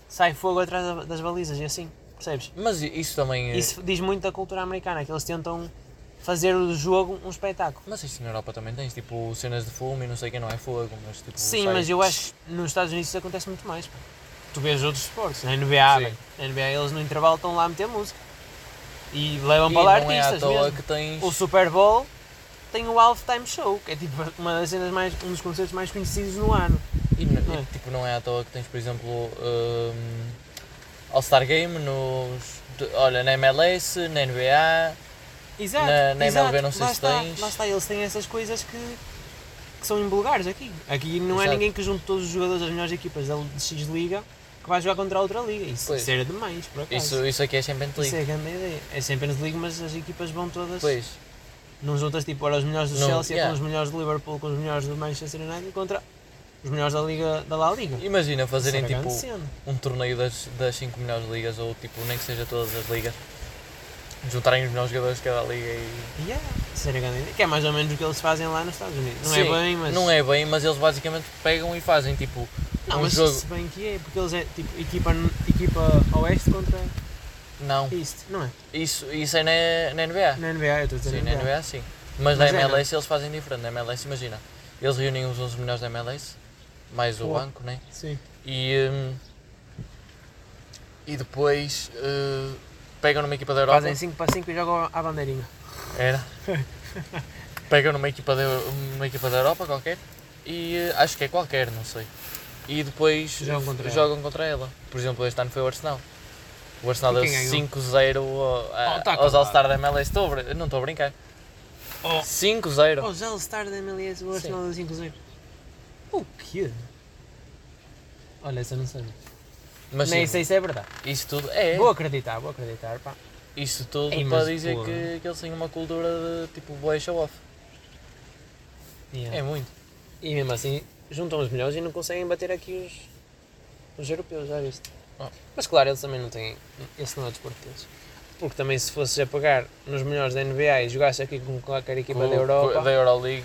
Speaker 1: sai fogo atrás da- das balizas e assim, percebes?
Speaker 2: Mas i- isso também é.
Speaker 1: Isso diz muito da cultura americana, que eles tentam fazer o jogo um espetáculo.
Speaker 2: Mas isso na Europa também tens, tipo, cenas de fumo e não sei que não é fogo, mas tipo.
Speaker 1: Sim,
Speaker 2: sai-
Speaker 1: mas eu acho que nos Estados Unidos isso acontece muito mais. pá. Tu vês outros esportes, na NBA,
Speaker 2: Sim.
Speaker 1: bem, na NBA eles no intervalo estão lá a meter música. E levam
Speaker 2: E
Speaker 1: para lá
Speaker 2: não é à
Speaker 1: artistas
Speaker 2: toa
Speaker 1: mesmo.
Speaker 2: que tens.
Speaker 1: O Super Bowl tem o Halftime Show, que é tipo uma das cenas mais, um dos concertos mais conhecidos no ano.
Speaker 2: E, n-
Speaker 1: Não é?
Speaker 2: e, tipo, não é à toa que tens, por exemplo, hum, All-Star Game nos. de- olha, na MLS, na
Speaker 1: Ah,
Speaker 2: NBA.
Speaker 1: Exato,
Speaker 2: Na- na
Speaker 1: exato.
Speaker 2: MLB não sei
Speaker 1: lá
Speaker 2: se
Speaker 1: está,
Speaker 2: tens.
Speaker 1: Lá está, eles têm essas coisas que, que são invulgares aqui. Aqui não é
Speaker 2: Exato.
Speaker 1: ninguém que junte todos os jogadores das melhores equipas da de X Liga que vai jogar contra a outra liga. Isso,
Speaker 2: Pois.
Speaker 1: isso era demais, por acaso.
Speaker 2: Isso, isso aqui é Champions
Speaker 1: Isso
Speaker 2: League.
Speaker 1: é a grande ideia. É Champions League, mas as equipas vão todas.
Speaker 2: Pois.
Speaker 1: Não juntas tipo ora os melhores do
Speaker 2: Não,
Speaker 1: Chelsea
Speaker 2: yeah.
Speaker 1: com os melhores do Liverpool, com os melhores do Manchester United contra os melhores da Liga da La Liga.
Speaker 2: Imagina fazerem
Speaker 1: Isso era grande
Speaker 2: tipo
Speaker 1: cena.
Speaker 2: um torneio das, das 5 melhores ligas ou tipo, nem que seja todas as ligas. Juntarem os melhores jogadores de cada liga e.
Speaker 1: Yeah, isso era grande ideia. Que é mais ou menos o que eles fazem lá nos Estados Unidos. Não
Speaker 2: Sim,
Speaker 1: é bem, mas.
Speaker 2: Não é bem, mas eles basicamente pegam e fazem tipo.
Speaker 1: Não,
Speaker 2: um
Speaker 1: mas
Speaker 2: jogo.
Speaker 1: se bem que é, porque eles é tipo equipa, equipa oeste contra
Speaker 2: Não,
Speaker 1: East, não é?
Speaker 2: isso, isso é na, na NBA.
Speaker 1: Na NBA, eu estou a dizer.
Speaker 2: Sim,
Speaker 1: na
Speaker 2: na
Speaker 1: NBA.
Speaker 2: NBA sim. assim. Mas, na
Speaker 1: Mas é,
Speaker 2: MLS eles fazem diferente. Na MLS, imagina, eles reúnem os 11 melhores da MLS, mais o
Speaker 1: Pô.
Speaker 2: banco, né?
Speaker 1: Sim.
Speaker 2: E. hum, e depois. uh, pegam numa equipa da Europa.
Speaker 1: Fazem assim. 5 para 5 e jogam à bandeirinha. *laughs*
Speaker 2: Era. Pegam numa equipa, da uma equipa da Europa qualquer e eh, acho que é qualquer, não sei. E depois
Speaker 1: Jogam contra
Speaker 2: jogam contra ela. Por exemplo, este ano foi o Arsenal. O Arsenal
Speaker 1: E
Speaker 2: deu
Speaker 1: quem ganhou?
Speaker 2: 5-0 ao- a-
Speaker 1: Oh, tá
Speaker 2: aos
Speaker 1: acabado.
Speaker 2: All-Star da MLS. Estou a brin- não estou a brincar.
Speaker 1: Oh.
Speaker 2: 5-0.
Speaker 1: Oh, já o Star da MLS, o Arsenal deu 5-0. O quê? Olha, isso eu não sei.
Speaker 2: Mas
Speaker 1: Nem
Speaker 2: sim,
Speaker 1: sei se é verdade.
Speaker 2: isso tudo é.
Speaker 1: Vou acreditar, vou acreditar, pá.
Speaker 2: Isso tudo
Speaker 1: Ei, mas,
Speaker 2: para dizer
Speaker 1: porra.
Speaker 2: que, que eles têm uma cultura de tipo boy show-off. É
Speaker 1: Yeah.
Speaker 2: muito.
Speaker 1: E mesmo assim, juntam os melhores e não conseguem bater aqui os, os europeus, já viste?
Speaker 2: Oh.
Speaker 1: Mas claro, eles também não têm. Esse não é o desporto deles. Porque também, se fosses a pegar nos melhores da NBA e jogasse aqui com qualquer equipa
Speaker 2: Com-
Speaker 1: da Europa,
Speaker 2: com- Da Euroleague.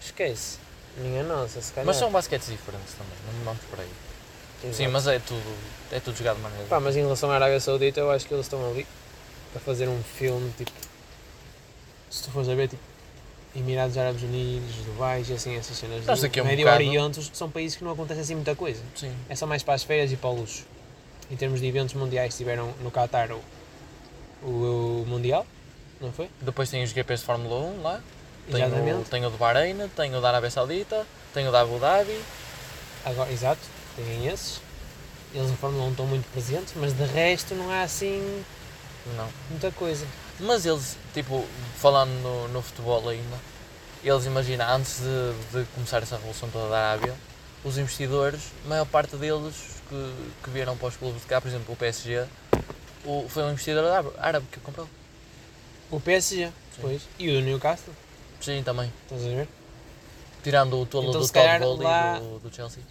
Speaker 1: esquece. Minha nossa, se calhar.
Speaker 2: Mas são basquetes diferentes também, não vamos por aí.
Speaker 1: Exato.
Speaker 2: Sim, mas é tudo, é tudo jogado de maneira.
Speaker 1: Pá, mas em relação à Arábia Saudita, eu acho que eles estão ali para fazer um filme, tipo. Se tu fores a ver, tipo. Emirados Árabes Unidos, Dubai, e assim, essas cenas
Speaker 2: Nós
Speaker 1: do
Speaker 2: daqui a um
Speaker 1: Médio
Speaker 2: bocado-
Speaker 1: Oriente, os- são países que não acontece assim muita coisa.
Speaker 2: Sim.
Speaker 1: É só mais para as feiras e para o luxo. Em termos de eventos mundiais, tiveram no Qatar o, o, o Mundial, não foi?
Speaker 2: Depois tem os GPs de Fórmula 1 lá. Tem o,
Speaker 1: Exatamente.
Speaker 2: tem o de Bahrein, tem o da Arábia Saudita, tem o da Abu Dhabi.
Speaker 1: Agora, exato, têm esses. Eles na Fórmula 1 estão muito presentes, mas de resto não há assim
Speaker 2: Não.
Speaker 1: muita coisa.
Speaker 2: Mas eles, tipo, falando no, no futebol ainda, eles imagina, antes de, de começar essa revolução toda da Arábia, os investidores, a maior parte deles que, que vieram para os clubes de cá, por exemplo, o PSG, o, foi um investidor árabe- árabe que o comprou.
Speaker 1: O PSG, pois. E o Newcastle,
Speaker 2: Sim, também.
Speaker 1: estás a ver?
Speaker 2: Tirando o tolo
Speaker 1: Então,
Speaker 2: do
Speaker 1: se
Speaker 2: Todd
Speaker 1: calhar,
Speaker 2: Bowley
Speaker 1: lá-
Speaker 2: do, do Chelsea.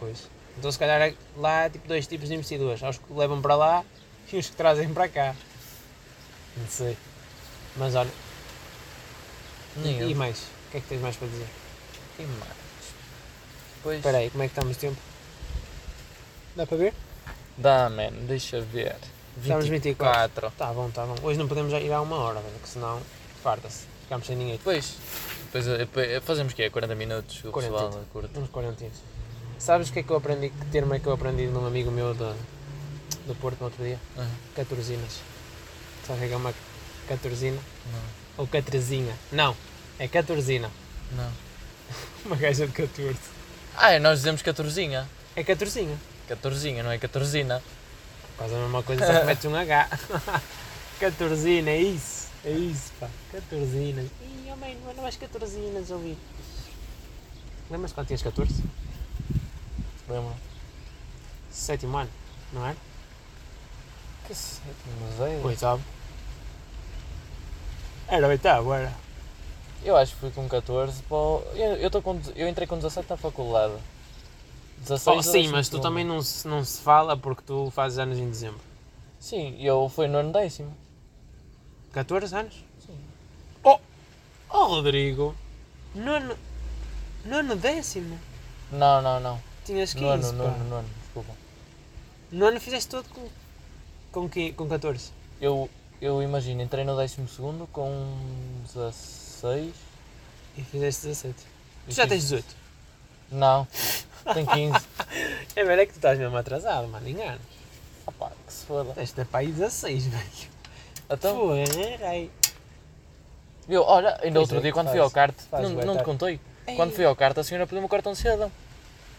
Speaker 1: Pois. Então se calhar lá há tipo dois tipos de investidores. Há os que levam para lá e os que trazem para cá. Não sei. Mas olha,
Speaker 2: Nem
Speaker 1: e
Speaker 2: eu.
Speaker 1: mais? O que é que tens mais para dizer?
Speaker 2: E mais. Pois.
Speaker 1: Espera aí, como é que estamos de tempo? Dá para ver?
Speaker 2: Dá, man, deixa ver.
Speaker 1: Estamos 24.
Speaker 2: 24.
Speaker 1: Tá bom, tá bom. Hoje não podemos já ir a uma hora, velho, que senão farta-se. Ficamos sem ninguém.
Speaker 2: Depois, depois, eh, pe- fazemos o quê? 40 minutos? O
Speaker 1: 40.
Speaker 2: pessoal é curto.
Speaker 1: Uns 40 anos. Sabes o que é que eu aprendi? Que termo
Speaker 2: Ah,
Speaker 1: é que eu aprendi de um amigo meu do, do Porto no outro dia?
Speaker 2: Aham.
Speaker 1: Catorzinas. Sabe o que é que é uma catorzina? Ou catrazinha? Não, é catorzina.
Speaker 2: Não, não.
Speaker 1: Uma gaja de 14.
Speaker 2: Ah, é, nós dizemos catorzinha.
Speaker 1: É catorzinha.
Speaker 2: Catorzinha, não é catorzina.
Speaker 1: Quase a mesma coisa, só que metes um H. *laughs* Catorzina, é isso. É isso, pá. Catorzina. Ih, homem, não não mais catorzinas, ouvi. Lembras quando tinhas 14?
Speaker 2: Lembro.
Speaker 1: Sétimo ano, não é? era?
Speaker 2: Que sétimo, mas é?
Speaker 1: Oitavo. Era oitavo, era.
Speaker 2: Eu acho que fui com 14. Pô, eu, eu, tô com, deze- eu entrei com 17 na faculdade. 16
Speaker 1: Oh, sim, mas tu também não se, não se fala porque tu fazes anos em dezembro.
Speaker 2: Sim, eu fui no ano décimo.
Speaker 1: 14 anos?
Speaker 2: Sim.
Speaker 1: Oh! Oh, Rodrigo! Nono. Nono décimo?
Speaker 2: Não, não, não.
Speaker 1: Tinhas 15.
Speaker 2: Nono,
Speaker 1: pá.
Speaker 2: nono, nono, desculpa.
Speaker 1: Nono fizeste todo com. Com, que, com 14.
Speaker 2: Eu, eu imagino, entrei no décimo segundo com 16.
Speaker 1: E fizeste 17.
Speaker 2: e
Speaker 1: Tu já
Speaker 2: fiz-
Speaker 1: tens 18.
Speaker 2: Não, tenho *laughs* 15.
Speaker 1: É velho, é que tu estás mesmo atrasado, mano. Engano.
Speaker 2: Opa, que se foda.
Speaker 1: Tens de ter para aí 16, velho.
Speaker 2: Então,
Speaker 1: Pô, errei.
Speaker 2: eu, olha, ainda
Speaker 1: Pois
Speaker 2: outro
Speaker 1: é,
Speaker 2: dia quando fui
Speaker 1: faz-
Speaker 2: ao kart,
Speaker 1: faz
Speaker 2: não,
Speaker 1: bué
Speaker 2: não te
Speaker 1: tarde.
Speaker 2: contei.
Speaker 1: Ei.
Speaker 2: Quando fui ao kart, a senhora pediu-me o cartão de cidadão.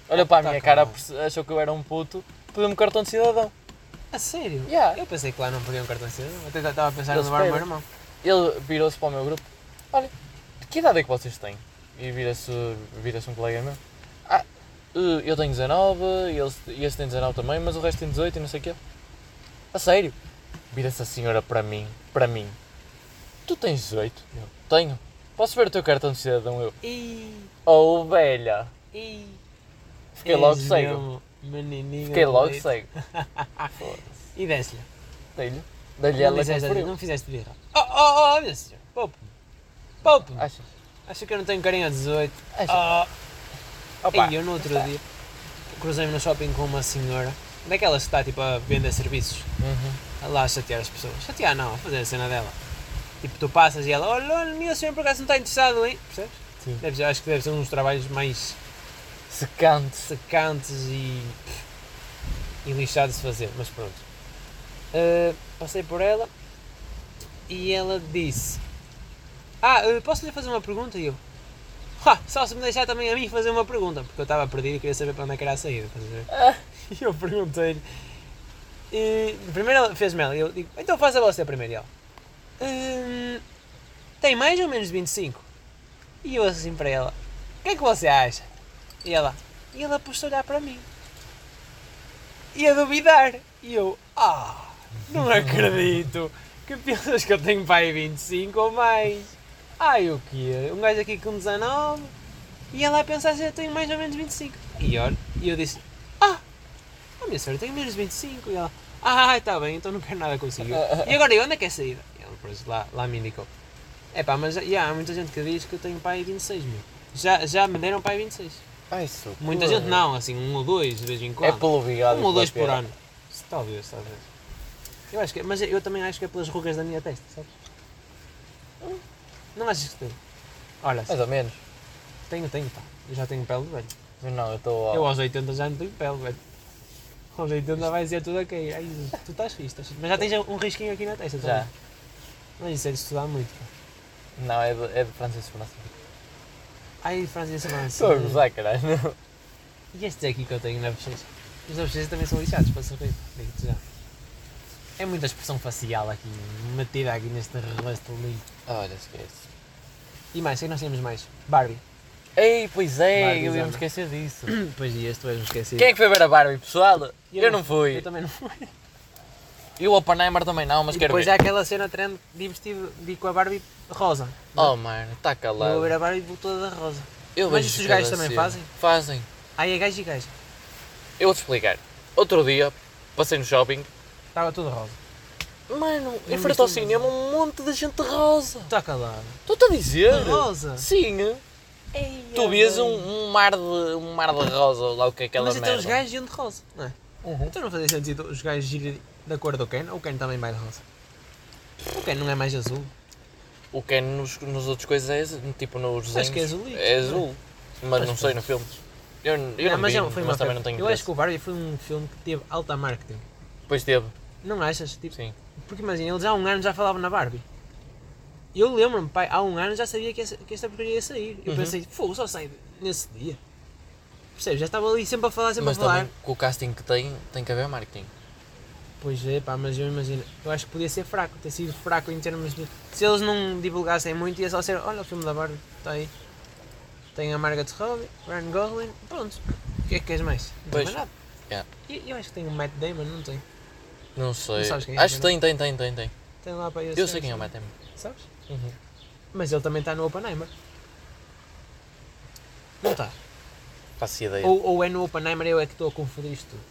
Speaker 2: Olha para a
Speaker 1: tá
Speaker 2: minha cara,
Speaker 1: calma.
Speaker 2: perce- achou que eu era um puto, pediu-me o cartão de cidadão.
Speaker 1: A sério?
Speaker 2: Yeah.
Speaker 1: Eu pensei que lá não podiam cartão de cidadão. Até estava a pensar em
Speaker 2: Eles
Speaker 1: levar o meu
Speaker 2: pedem.
Speaker 1: irmão.
Speaker 2: Ele virou-se para o meu grupo: Olha, de que idade é que vocês têm? E vira-se vira um colega meu: Ah, eh, eu tenho 19, e eles- e este tem 19 também, mas o resto tem 18 e não sei o quê. A sério? Vira-se a senhora para mim: Para mim, tu tens 18? Eu tenho. Posso ver o teu cartão de cidadão? Eu:
Speaker 1: E.
Speaker 2: Oh, velha!
Speaker 1: E.
Speaker 2: Fiquei logo
Speaker 1: És
Speaker 2: cego.
Speaker 1: mesmo Menininho.
Speaker 2: Fiquei logo
Speaker 1: bonito. *laughs*
Speaker 2: cego.
Speaker 1: E desce-lhe.
Speaker 2: Dei-lhe. Dei-lhe
Speaker 1: Não,
Speaker 2: ela que
Speaker 1: fizeste-
Speaker 2: frio.
Speaker 1: não fizeste birra. Oh, oh, oh, minha senhora. Poupe-me. Poupe-me.
Speaker 2: Achas?
Speaker 1: Acho que eu não tenho carinho a 18.
Speaker 2: Achas?
Speaker 1: Oh.
Speaker 2: Opa.
Speaker 1: Ei, eu no outro dia cruzei-me no shopping com uma senhora, daquelas que está tipo a vender serviços,
Speaker 2: Uhum.
Speaker 1: a lá a chatear as pessoas. Chatear não, a fazer a cena dela. Tipo, tu passas e ela, olha, olha, minha senhora por acaso não está interessado, hein? Percebes?
Speaker 2: Sim.
Speaker 1: Deve ser- acho que deve ser um dos trabalhos mais
Speaker 2: Secante.
Speaker 1: secantes e, e lixados de fazer, mas pronto. Ah, passei por ela e ela disse: Ah, ah, posso lhe fazer uma pergunta? E eu: "Ha, Só se me deixar também a mim fazer uma pergunta, porque eu estava perdido e queria saber para onde é que era a saída. estás a ver?
Speaker 2: Ah.
Speaker 1: *laughs* E eu perguntei-lhe. E primeiro ela fez-me ela. e Eu digo: Então faça você primeiro. E ela: "Hum, Tem mais ou menos de 25? E eu assim para ela: O que é que você acha? E ela: e ela pôs-se a olhar para mim. E a duvidar. E eu, ah, não acredito. Que pensas que eu tenho pai 25 ou mais? Ai, o quê? Um gajo aqui com 19. E ela a pensar se eu tenho mais ou menos 25. E olha, e eu disse, ah, a minha senhora tem menos 25. E ela, ah, está bem, então não quero nada consigo. E agora, e onde é que é a saída? E ela, pois, lá, lá me indicou. É pá, mas já, há muita gente que diz que eu tenho pai 26 mil. Já, já me deram pai 26.
Speaker 2: Ai, sou
Speaker 1: Muita
Speaker 2: porra.
Speaker 1: gente não, assim, um ou dois de vez em
Speaker 2: É
Speaker 1: quando.
Speaker 2: pelo bigode.
Speaker 1: um ou
Speaker 2: pela
Speaker 1: dois por
Speaker 2: piada.
Speaker 1: ano. Se- Talvez, talvez. Eu acho que, mas eu também acho que é pelas rugas da minha testa, sabes? Não achas que tem? Olha,
Speaker 2: Mais ou menos.
Speaker 1: tenho, tenho, pá. Eu já tenho pele de velho.
Speaker 2: Eu não, eu estou.
Speaker 1: Eu aos 80 já não tenho pele, velho. Aos 80 vai ser tudo a cair. Ai, tu estás fixe, estás fixe. Mas já tens um risquinho aqui na testa,
Speaker 2: Já.
Speaker 1: também. Mas isso é de estudar muito, pá.
Speaker 2: Não, é de, é de Francisco França.
Speaker 1: Ai, Francis Manso.
Speaker 2: Estou a
Speaker 1: *laughs*
Speaker 2: gozar, caralho.
Speaker 1: E estes aqui que eu tenho na bochecha? Os da bochecha também são lixados para sorrir. Digo-te já. É muita expressão facial aqui, metida aqui neste rosto lindo.
Speaker 2: Olha, esquece.
Speaker 1: E mais, o que é que nós temos mais? Barbie.
Speaker 2: Ei, pois é,
Speaker 1: Vai,
Speaker 2: eu
Speaker 1: diz
Speaker 2: ia me
Speaker 1: Ana.
Speaker 2: esquecer disso.
Speaker 1: Pois e este tu és um esquecido.
Speaker 2: Quem é que foi ver a Barbie, pessoal? Eu, não fui.
Speaker 1: Eu também não fui.
Speaker 2: E o Oppenheimer também não, mas
Speaker 1: e
Speaker 2: quero
Speaker 1: depois é-
Speaker 2: ver.
Speaker 1: há aquela cena trend de vestido de ir com a Barbie rosa.
Speaker 2: Oh, mano, está
Speaker 1: Eu
Speaker 2: calado.
Speaker 1: vou ver a Barbie toda rosa.
Speaker 2: Eu
Speaker 1: Mas
Speaker 2: vejo
Speaker 1: isso os
Speaker 2: cada
Speaker 1: gajos também
Speaker 2: cena.
Speaker 1: fazem?
Speaker 2: Fazem.
Speaker 1: Aí é gajo e gajo.
Speaker 2: Eu vou-te explicar. Outro dia, passei no shopping.
Speaker 1: Estava tudo rosa.
Speaker 2: Mano, em
Speaker 1: vi
Speaker 2: frente ao
Speaker 1: tudo,
Speaker 2: cinema, um monte de gente rosa.
Speaker 1: Está calado.
Speaker 2: Estou-te a dizer?
Speaker 1: Rosa?
Speaker 2: Sim. Tu vias um, um mar de, um mar de rosa, ou lá o que é aquela
Speaker 1: Mas então
Speaker 2: merda.
Speaker 1: os gajos iam de rosa, não é?
Speaker 2: Uhum.
Speaker 1: Então não fazia sentido os gajos irem da cor do Ken? Ou o Ken também vai de rosa? O Ken não é mais azul?
Speaker 2: O que é nos, nos outros coisas é azul, tipo nos desenhos.
Speaker 1: Acho que é azul,
Speaker 2: É azul. Mas
Speaker 1: Mas
Speaker 2: não
Speaker 1: pronto.
Speaker 2: sei, no filme. Eu, eu não,
Speaker 1: é. mas
Speaker 2: vi,
Speaker 1: é- foi
Speaker 2: mas
Speaker 1: uma
Speaker 2: também
Speaker 1: febre.
Speaker 2: não tenho
Speaker 1: Eu acho
Speaker 2: interesse.
Speaker 1: que o Barbie foi um filme que teve alta marketing.
Speaker 2: Pois teve.
Speaker 1: Não achas? Tipo,
Speaker 2: Sim.
Speaker 1: porque imagina, eles há um ano já falavam na Barbie. Eu lembro-me, pai, há um ano já sabia que, essa- que esta porcaria ia sair. Eu
Speaker 2: Uhum.
Speaker 1: pensei, fogo, só sai nesse dia. Percebes? Já estava ali sempre a falar, sempre
Speaker 2: Mas
Speaker 1: a falar.
Speaker 2: também com o casting que tem, tem que haver marketing.
Speaker 1: Pois é, pá, mas eu imagino, eu acho que podia ser fraco, ter sido fraco em termos de. Se eles não divulgassem muito, ia só ser: olha o filme da Barbie, está aí. Tem a Margaret Robbie, Ryan Gosling, pronto. O que é que queres mais? Não tem
Speaker 2: Pois.
Speaker 1: mais nada.
Speaker 2: Yeah.
Speaker 1: E- Eu acho que tem o Matt Damon, não tem?
Speaker 2: Não sei.
Speaker 1: Não sabes quem é,
Speaker 2: Acho que
Speaker 1: não
Speaker 2: tem, tem, tem, tem, tem.
Speaker 1: Tem lá para
Speaker 2: Eu sei quem é o Matt Damon.
Speaker 1: Sabes?
Speaker 2: Uhum.
Speaker 1: Mas ele também está no Oppenheimer. Não está?
Speaker 2: Faço ideia.
Speaker 1: Ou, ou é no Oppenheimer eu é que estou a confundir isto tudo.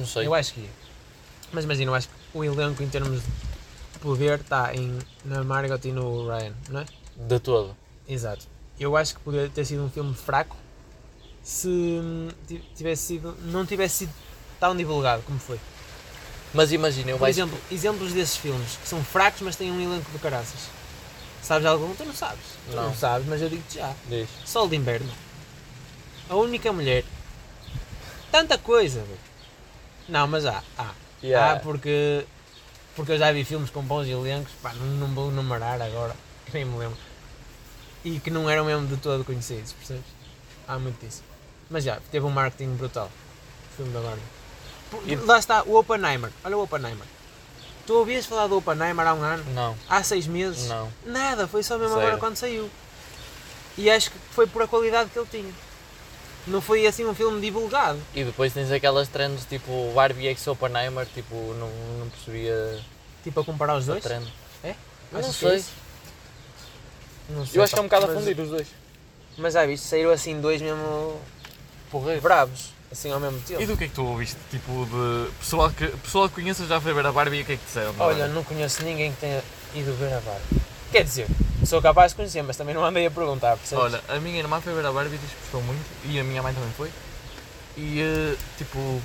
Speaker 2: Não sei.
Speaker 1: Eu acho que é. Mas imagina, eu acho que o elenco em termos de poder está em, na Margot e no Ryan, não é?
Speaker 2: De todo.
Speaker 1: Exato. Eu acho que poderia ter sido um filme fraco se hum, ti- tivesse sido, não tivesse sido tão divulgado como foi.
Speaker 2: Mas imagina, eu
Speaker 1: Por
Speaker 2: acho.
Speaker 1: exemplo, exemplos desses filmes que são fracos, mas têm um elenco de caraças. Sabes algum? Tu não sabes. Tu não,
Speaker 2: Não.
Speaker 1: sabes, mas eu digo-te já.
Speaker 2: Diz.
Speaker 1: Sol de Inverno. A única mulher. Tanta coisa. velho. Não, mas há. Há.
Speaker 2: Yeah.
Speaker 1: Há Ah, porque, porque eu já vi filmes com bons elencos, pá, não, não vou numerar agora, *laughs* que nem me lembro. E que não eram mesmo de todo conhecidos, percebes? Há muito disso. Mas já, teve um marketing brutal. O filme da Barbie. Por-
Speaker 2: E-
Speaker 1: Lá está, o Oppenheimer. Olha o Oppenheimer. Tu ouvias falar do Oppenheimer há um ano?
Speaker 2: Não,
Speaker 1: Há seis meses?
Speaker 2: não.
Speaker 1: Nada, foi só mesmo agora
Speaker 2: Zero.
Speaker 1: quando saiu. E acho que foi por a qualidade que ele tinha. Não foi assim um filme divulgado.
Speaker 2: E depois tens aquelas trends tipo Barbie X Oppenheimer, tipo, não, não percebia
Speaker 1: Tipo, a comparar os
Speaker 2: a
Speaker 1: dois?
Speaker 2: trend. Não
Speaker 1: Achas que
Speaker 2: sei.
Speaker 1: é isso? Não sei,
Speaker 2: Eu acho que
Speaker 1: pá.
Speaker 2: é um bocado a
Speaker 1: Mas-
Speaker 2: fundir os dois.
Speaker 1: Mas já viste, saíram assim dois mesmo
Speaker 2: Porreiro.
Speaker 1: bravos, assim ao mesmo tempo.
Speaker 3: E do que é que tu ouviste? Tipo, de pessoal que, pessoal que conheças já foi ver a Barbie e o que é que disseram? não é?
Speaker 1: Olha, não conheço ninguém que tenha ido ver a Barbie. Quer dizer, sou capaz de conhecer, mas também não andei a perguntar, percebes?
Speaker 3: Olha, a minha irmã foi ver a Barbie e disse que gostou muito, e a minha mãe também foi. E, eh, tipo,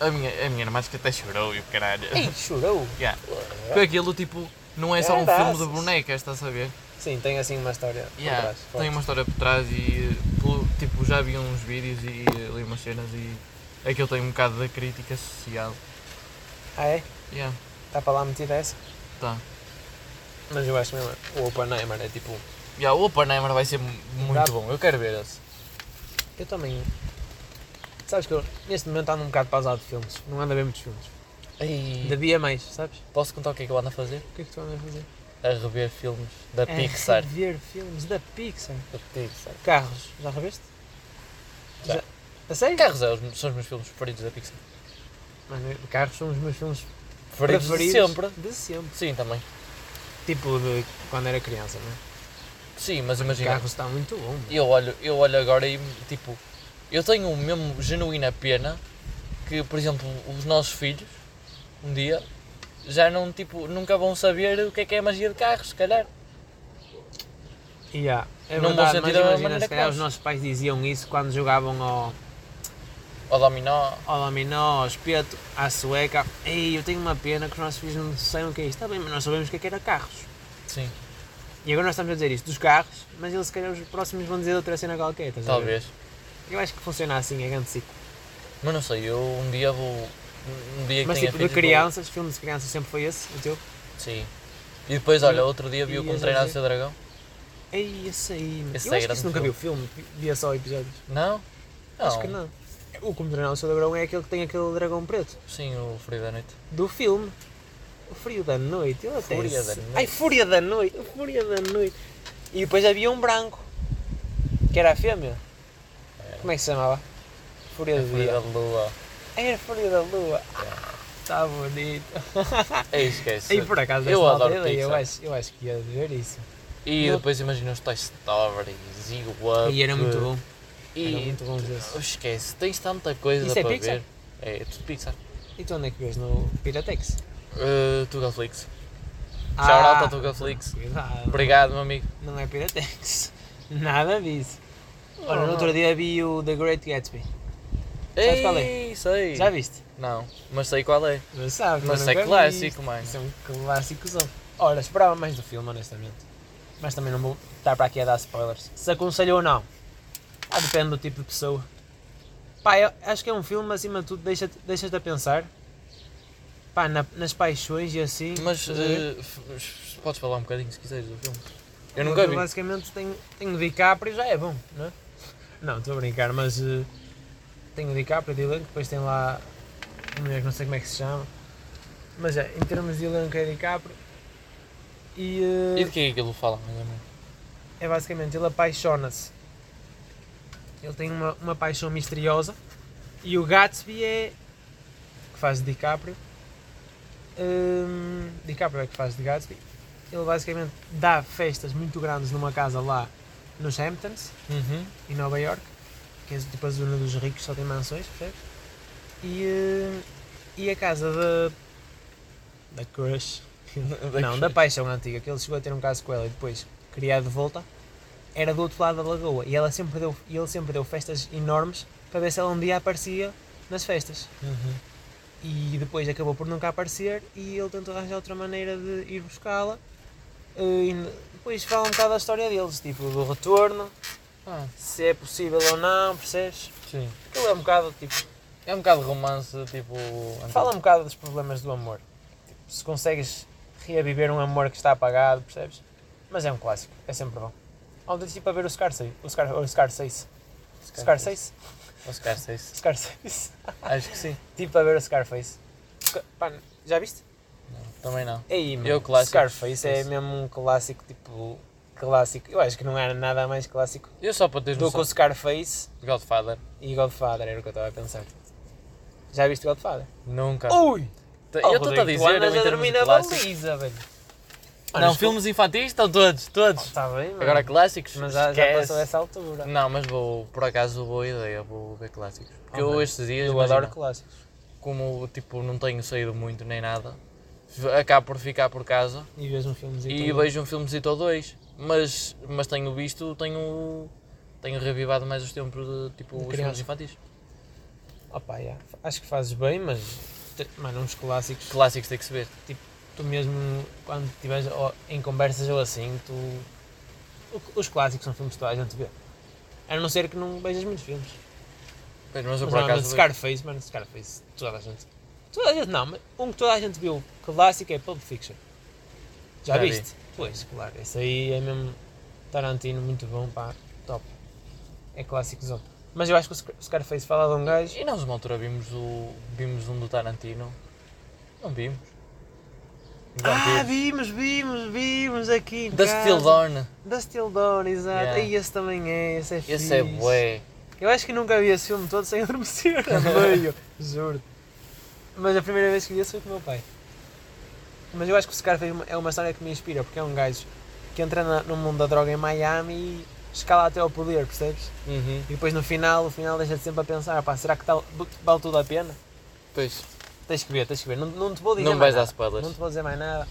Speaker 3: a minha, a minha irmã acho que até chorou e o caralho.
Speaker 1: Ei, chorou!
Speaker 3: Yeah. Foi aquilo, tipo, não é só um
Speaker 1: Caraças.
Speaker 3: filme de bonecas, estás a ver?
Speaker 1: Sim, tem assim uma história por
Speaker 3: Yeah,
Speaker 1: trás, forte.
Speaker 3: Tem uma história por trás e, eh, pelo- tipo, já vi uns vídeos e eh, li umas cenas e aquilo tem um bocado da crítica social.
Speaker 1: Ah é?
Speaker 3: Yeah,
Speaker 1: Está para lá metida essa?
Speaker 3: tá.
Speaker 1: Mas eu acho mesmo, o Oppenheimer é tipo...
Speaker 3: Yeah, o Oppenheimer vai ser mu- muito
Speaker 1: Dá-
Speaker 3: bom, eu quero ver esse.
Speaker 1: Eu também... Sabes que eu, neste momento ando um bocado pausado de filmes, não ando a ver muitos filmes.
Speaker 2: Ei,
Speaker 1: Devia mais, sabes?
Speaker 2: posso contar o que é que eu ando a fazer?
Speaker 1: O que é que tu andas a fazer?
Speaker 2: A rever filmes da
Speaker 1: É
Speaker 2: Pixar.
Speaker 1: ver filmes da Pixar.
Speaker 2: Da Pixar.
Speaker 1: Carros, já reveste?
Speaker 2: Já.
Speaker 1: A sério?
Speaker 2: Carros é os- são os meus filmes preferidos da Pixar.
Speaker 1: Mano, eh, carros são os meus filmes
Speaker 2: Preferidos, de
Speaker 1: preferidos.
Speaker 2: sempre.
Speaker 1: De sempre.
Speaker 2: Sim, também.
Speaker 1: Tipo de quando era criança, não é?
Speaker 2: Sim, mas imagina.
Speaker 1: Carros está muito bom. mano.
Speaker 2: Eu olho, eu olho agora e tipo, eu tenho mesmo genuína pena que, por exemplo, os nossos filhos, um dia, já não, tipo, nunca vão saber o que é que é a magia de carros, se calhar.
Speaker 1: E há, é
Speaker 2: Não vou
Speaker 1: verdade,
Speaker 2: sentir
Speaker 1: mas
Speaker 2: a
Speaker 1: imagina,
Speaker 2: maneira
Speaker 1: se calhar
Speaker 2: que
Speaker 1: os
Speaker 2: nós.
Speaker 1: nossos pais diziam isso quando jogavam ao,
Speaker 2: Ou dominó,
Speaker 1: ao dominó, ao espeto, à sueca. Ei, eu tenho uma pena que os nossos filhos não saibam o que é isto. Está bem, mas nós sabemos o que é que era carros.
Speaker 2: sim,
Speaker 1: E agora nós estamos a dizer isto dos carros, mas eles se calhar os próximos vão dizer outra cena qualquer. estás a ver?
Speaker 2: talvez.
Speaker 1: Eu acho que funciona assim, é grande ciclo.
Speaker 2: Mas não sei, eu um dia vou. Um dia que
Speaker 1: Mas
Speaker 2: tenha
Speaker 1: tipo, de
Speaker 2: filhos, vou-
Speaker 1: crianças, filmes de crianças sempre foi esse, o teu?
Speaker 2: Sim. E depois, olha, outro dia
Speaker 1: E
Speaker 2: vi um
Speaker 1: ias
Speaker 2: o Como Treinar o
Speaker 1: dizer-
Speaker 2: Seu Dragão.
Speaker 1: Ei, esse aí.
Speaker 2: Esse
Speaker 1: eu
Speaker 2: é
Speaker 1: acho que
Speaker 2: grande
Speaker 1: isso nunca
Speaker 2: filme.
Speaker 1: vi o filme, via só episódios.
Speaker 2: Não? Não.
Speaker 1: Acho que não. O Como Treinar o Seu Dragão é aquele que tem aquele dragão preto.
Speaker 2: Sim, o Frio da Noite.
Speaker 1: Do filme. O Frio da Noite. Eu até
Speaker 2: Fúria
Speaker 1: sei.
Speaker 2: da Noite.
Speaker 1: Ai, Fúria da Noite. o Fúria da Noite. E depois havia um branco. Que era a fêmea. Como é que se chamava? Fúria
Speaker 2: A
Speaker 1: do
Speaker 2: É Fúria É. da
Speaker 1: Dia.
Speaker 2: Lua.
Speaker 1: Ai, Era Fúria da Lua. Está bonito.
Speaker 2: Ei, esquece.
Speaker 1: E por acaso,
Speaker 2: eu
Speaker 1: esta
Speaker 2: adoro
Speaker 1: aldeia, eu
Speaker 2: Pixar.
Speaker 1: acho, eu acho que ia ver isso.
Speaker 2: E
Speaker 1: Eu-
Speaker 2: depois imagina os Toy Stories e o Up.
Speaker 1: E era muito bom.
Speaker 2: E
Speaker 1: Era muito bom esse.
Speaker 2: Oh, esquece, tens tanta coisa
Speaker 1: Isso é
Speaker 2: para
Speaker 1: Pixar?
Speaker 2: ver. É, é tudo Pixar.
Speaker 1: E tu onde é que vês? No Piratex?
Speaker 2: Uh, Tugaflix.
Speaker 1: Ah,
Speaker 2: Shout out ao Tugaflix.
Speaker 1: Cuidado.
Speaker 2: Obrigado, meu amigo.
Speaker 1: Não é Piratex. *laughs* Nada disso. Olha, no
Speaker 2: Oh.
Speaker 1: outro dia vi o The Great Gatsby. Sabes qual é?
Speaker 2: Ei, sei.
Speaker 1: Já viste?
Speaker 2: Não, mas sei qual é.
Speaker 1: Não sabes,
Speaker 2: Mas
Speaker 1: nunca
Speaker 2: é
Speaker 1: vi.
Speaker 2: clássico, mano.
Speaker 1: Isso é um clássicozão. Ora, esperava mais do filme, honestamente. Mas também não vou estar para aqui a dar spoilers. Se aconselho ou não. Ah, depende do tipo de pessoa. Pá, eu acho que é um filme, acima de tudo, deixa- deixas-te a pensar. Pá, pá, na- nas paixões e assim.
Speaker 2: Mas
Speaker 1: estás a ver?
Speaker 2: eh, f- f- podes falar um bocadinho se quiseres do filme. Eu
Speaker 1: Mas
Speaker 2: nunca vi.
Speaker 1: Então, Basicamente tenho, tenho DiCaprio e já é bom, não é? Não, estou a brincar, mas eh, tenho o DiCaprio de elenco, depois tem lá um mulher que não sei como é que se chama. Mas é, em termos de elenco é DiCaprio. E, eh,
Speaker 2: E de que é que aquilo fala, mais ou menos?
Speaker 1: é basicamente, ele apaixona-se. Ele tem uma, uma paixão misteriosa. E o Gatsby é. que faz de DiCaprio. Hum, DiCaprio é que faz de Gatsby. Ele basicamente dá festas muito grandes numa casa lá nos Hamptons,
Speaker 2: Uhum.
Speaker 1: em Nova York, que é tipo a zona dos ricos, só tem mansões, percebes? E, hum, e a casa da. da Crush,
Speaker 2: Uhum.
Speaker 1: não, da paixão antiga, que ele chegou a ter um caso com ela e depois criado de volta, era do outro lado da lagoa e, ela sempre deu, e ele sempre deu festas enormes para ver se ela um dia aparecia nas festas.
Speaker 2: Uhum.
Speaker 1: E depois acabou por nunca aparecer e ele tentou arranjar outra maneira de ir buscá-la. Eh, E depois fala um bocado da história deles, tipo do retorno,
Speaker 2: Ah,
Speaker 1: se é possível ou não, percebes?
Speaker 2: sim.
Speaker 1: Aquilo é um bocado tipo.
Speaker 2: É um bocado romance, tipo.
Speaker 1: Fala um bocado dos problemas do amor. Tipo, se consegues reaviver um amor que está apagado, percebes? Mas é um clássico, é sempre bom. Ontem estive para ver o Scarface. O Scar, o Scarface. Scarface?
Speaker 2: Ou Scarface.
Speaker 1: Scarface. *laughs*
Speaker 2: Acho que sim.
Speaker 1: Estive para ver o Scarface. Sca- pá, já viste?
Speaker 2: Também não.
Speaker 1: É aí,
Speaker 2: Eu,
Speaker 1: meu.
Speaker 2: clássico.
Speaker 1: Scarface é
Speaker 2: Esse.
Speaker 1: mesmo um clássico, tipo, clássico. Eu acho que não era nada mais clássico
Speaker 2: Eu só para teres
Speaker 1: do que
Speaker 2: noção.
Speaker 1: o Scarface
Speaker 2: Godfather.
Speaker 1: e Godfather, era o que eu estava a pensar. Já viste Godfather?
Speaker 2: Nunca.
Speaker 1: Ui!
Speaker 2: Te-
Speaker 1: Oh,
Speaker 2: eu estou-te a
Speaker 1: Rodrigo, tu
Speaker 2: dizer,
Speaker 1: andas
Speaker 2: eu em
Speaker 1: a
Speaker 2: termos
Speaker 1: dormir
Speaker 2: de
Speaker 1: na
Speaker 2: clássicos-
Speaker 1: baliza, velho.
Speaker 2: Não, filmes infantis estão todos, todos.
Speaker 1: Está bem, mano.
Speaker 2: Agora clássicos,
Speaker 1: Mas já, já
Speaker 2: esquece.
Speaker 1: passou essa altura.
Speaker 2: Não, mas vou, por acaso, boa ideia, vou ver clássicos. Porque eu
Speaker 1: mano,
Speaker 2: estes dias,
Speaker 1: Eu
Speaker 2: imagina,
Speaker 1: adoro clássicos.
Speaker 2: como tipo, não tenho saído muito nem nada, f- acabo por ficar por casa
Speaker 1: E vês um filmezinho.
Speaker 2: e vejo um filmezito ou dois. Mas, mas tenho visto, tenho, tenho revivado mais os tempos de tipo,
Speaker 1: De
Speaker 2: os
Speaker 1: criança.
Speaker 2: filmes infantis.
Speaker 1: Opa, já. Acho que fazes bem, mas. te- Mano, uns clássicos.
Speaker 2: Clássicos tem que se ver.
Speaker 1: Tu mesmo, quando estiveres ó, em conversas ou assim, tu. o- Os clássicos são filmes que toda a gente vê. A não ser que não vejas muitos filmes.
Speaker 2: Pois, Mas eu
Speaker 1: Mas,
Speaker 2: por
Speaker 1: normalmente
Speaker 2: acaso. vejo.
Speaker 1: Scarface, mano, Scarface, toda a gente. Toda a gente não, mas um que toda a gente viu clássico é Pulp Fiction. Já,
Speaker 2: Já vi.
Speaker 1: viste? Pois, claro, esse aí é mesmo Tarantino, muito bom, pá, top. É clássicozão. Mas eu acho que o Scar- Scarface fala de um gajo.
Speaker 2: E nós, uma altura, vimos, o, vimos um do Tarantino. Não vimos.
Speaker 1: Ah, vimos, vimos, vimos aqui. em
Speaker 2: Da
Speaker 1: casa.
Speaker 2: Steel Dawn.
Speaker 1: Da Steel Dawn, exato.
Speaker 2: Yeah.
Speaker 1: E esse também é, esse é
Speaker 2: Esse é
Speaker 1: fixe.
Speaker 2: bué.
Speaker 1: Eu acho que nunca vi esse filme todo sem *laughs* adormecer a meio, juro. Mas a primeira vez que vi esse foi com o meu pai. Mas eu acho que o Scarface é uma história que me inspira, porque é um gajo que entra na- no mundo da droga em Miami e escala até ao poder, percebes?
Speaker 2: Uhum.
Speaker 1: E depois no final, o final deixa-te sempre a pensar, pá, será que tal- vale tudo a pena?
Speaker 2: Pois.
Speaker 1: Tens que ver, tens que ver. Não, não te vou dizer
Speaker 2: Não
Speaker 1: mais
Speaker 2: vais dar
Speaker 1: nada.
Speaker 2: spoilers.
Speaker 1: Não te vou dizer mais nada.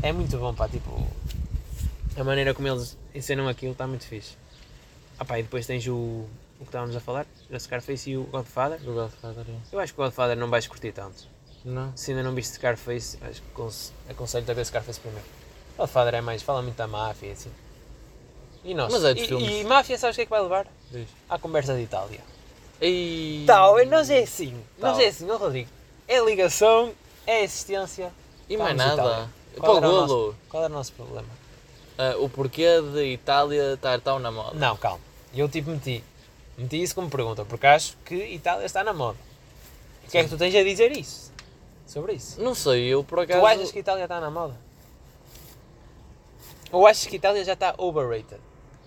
Speaker 1: É muito bom, pá, tipo... A maneira como eles encenam aquilo está muito fixe. Ah pá, e depois tens o... O que estávamos a falar, o Scarface e o Godfather.
Speaker 2: Do Godfather. é.
Speaker 1: Eu acho que o Godfather não vais curtir tanto.
Speaker 2: Não.
Speaker 1: Se ainda não viste Scarface, acho que aconse- aconselho-te a ver Scarface primeiro. O Godfather é mais, fala muito da máfia e assim. E nós.
Speaker 2: Mas é de
Speaker 1: e,
Speaker 2: filmes.
Speaker 1: e máfia, sabes o que é que vai levar?
Speaker 2: Diz.
Speaker 1: À conversa de Itália.
Speaker 2: E...
Speaker 1: Tal, nós é assim.
Speaker 2: Tal.
Speaker 1: Nós é assim, ó Rodrigo. É ligação, é assistência.
Speaker 2: E mais
Speaker 1: Vamos,
Speaker 2: nada.
Speaker 1: Itália.
Speaker 2: Para o
Speaker 1: era
Speaker 2: golo.
Speaker 1: nosso- qual era o nosso problema?
Speaker 2: Ah, o porquê de Itália estar tão na moda.
Speaker 1: Não, calma. Eu tipo meti. Meti isso como pergunta, porque acho que Itália está na moda. O que é que tu tens a dizer isso? Sobre isso?
Speaker 2: Não sei, eu por acaso.
Speaker 1: Tu achas que a Itália está na moda? Ou achas que a Itália já está overrated?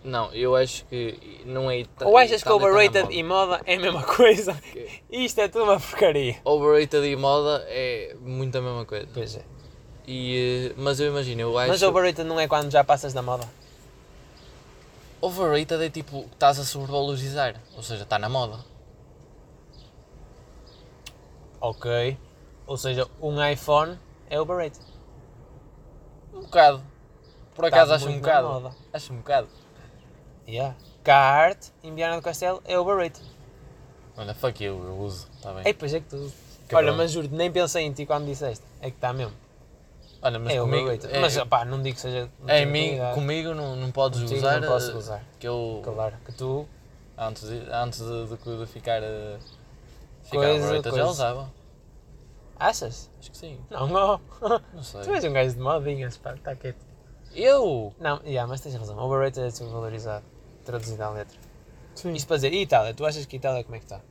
Speaker 2: Não, eu acho que não é Ita- Itália.
Speaker 1: Ou achas que
Speaker 2: tá na
Speaker 1: overrated
Speaker 2: moda.
Speaker 1: e moda é a mesma coisa? *laughs*
Speaker 2: Ok.
Speaker 1: Isto é tudo uma porcaria.
Speaker 2: Overrated e moda é muito a mesma coisa.
Speaker 1: Pois é.
Speaker 2: E, eh, mas eu imagino, eu acho.
Speaker 1: Mas overrated não é quando já passas da moda?
Speaker 2: Overrated é tipo, estás a sobrevalorizar. Ou seja, está na moda.
Speaker 1: Ok. Ou seja, um iPhone é overrated.
Speaker 2: Um bocado. Por
Speaker 1: Tá
Speaker 2: acaso acho um
Speaker 1: muito na
Speaker 2: bocado.
Speaker 1: moda.
Speaker 2: Acho um bocado.
Speaker 1: Yeah. Cart, em Viana do Castelo, é overrated.
Speaker 2: Olha, fuck you, eu uso. Tá bem.
Speaker 1: Ei, pois é que tu...
Speaker 2: Que
Speaker 1: Olha,
Speaker 2: bom.
Speaker 1: mas juro, nem pensei em ti quando disseste. É que está mesmo.
Speaker 2: Olha, mas
Speaker 1: é
Speaker 2: comigo.
Speaker 1: overrated.
Speaker 2: é-
Speaker 1: Mas, pá, não digo que seja... não
Speaker 2: É, em
Speaker 1: tenho
Speaker 2: mim,
Speaker 1: autoridade.
Speaker 2: comigo não, não podes
Speaker 1: Contigo
Speaker 2: usar.
Speaker 1: não posso
Speaker 2: eh,
Speaker 1: usar.
Speaker 2: Que eu,
Speaker 1: Claro, que tu
Speaker 2: antes de, antes de, de, de ficar. eh, ficar
Speaker 1: Coisa,
Speaker 2: overrated, já
Speaker 1: coisa.
Speaker 2: usava.
Speaker 1: Achas?
Speaker 2: Acho que sim.
Speaker 1: Não, *laughs* oh.
Speaker 2: Não sei.
Speaker 1: tu és um gajo de modinhas, pá, está quieto.
Speaker 2: Eu!
Speaker 1: Não, yeah, mas tens razão. Overrated é subvalorizado, traduzido à letra.
Speaker 3: Sim.
Speaker 1: Isto para dizer, e Itália, tu achas que Itália como é que está?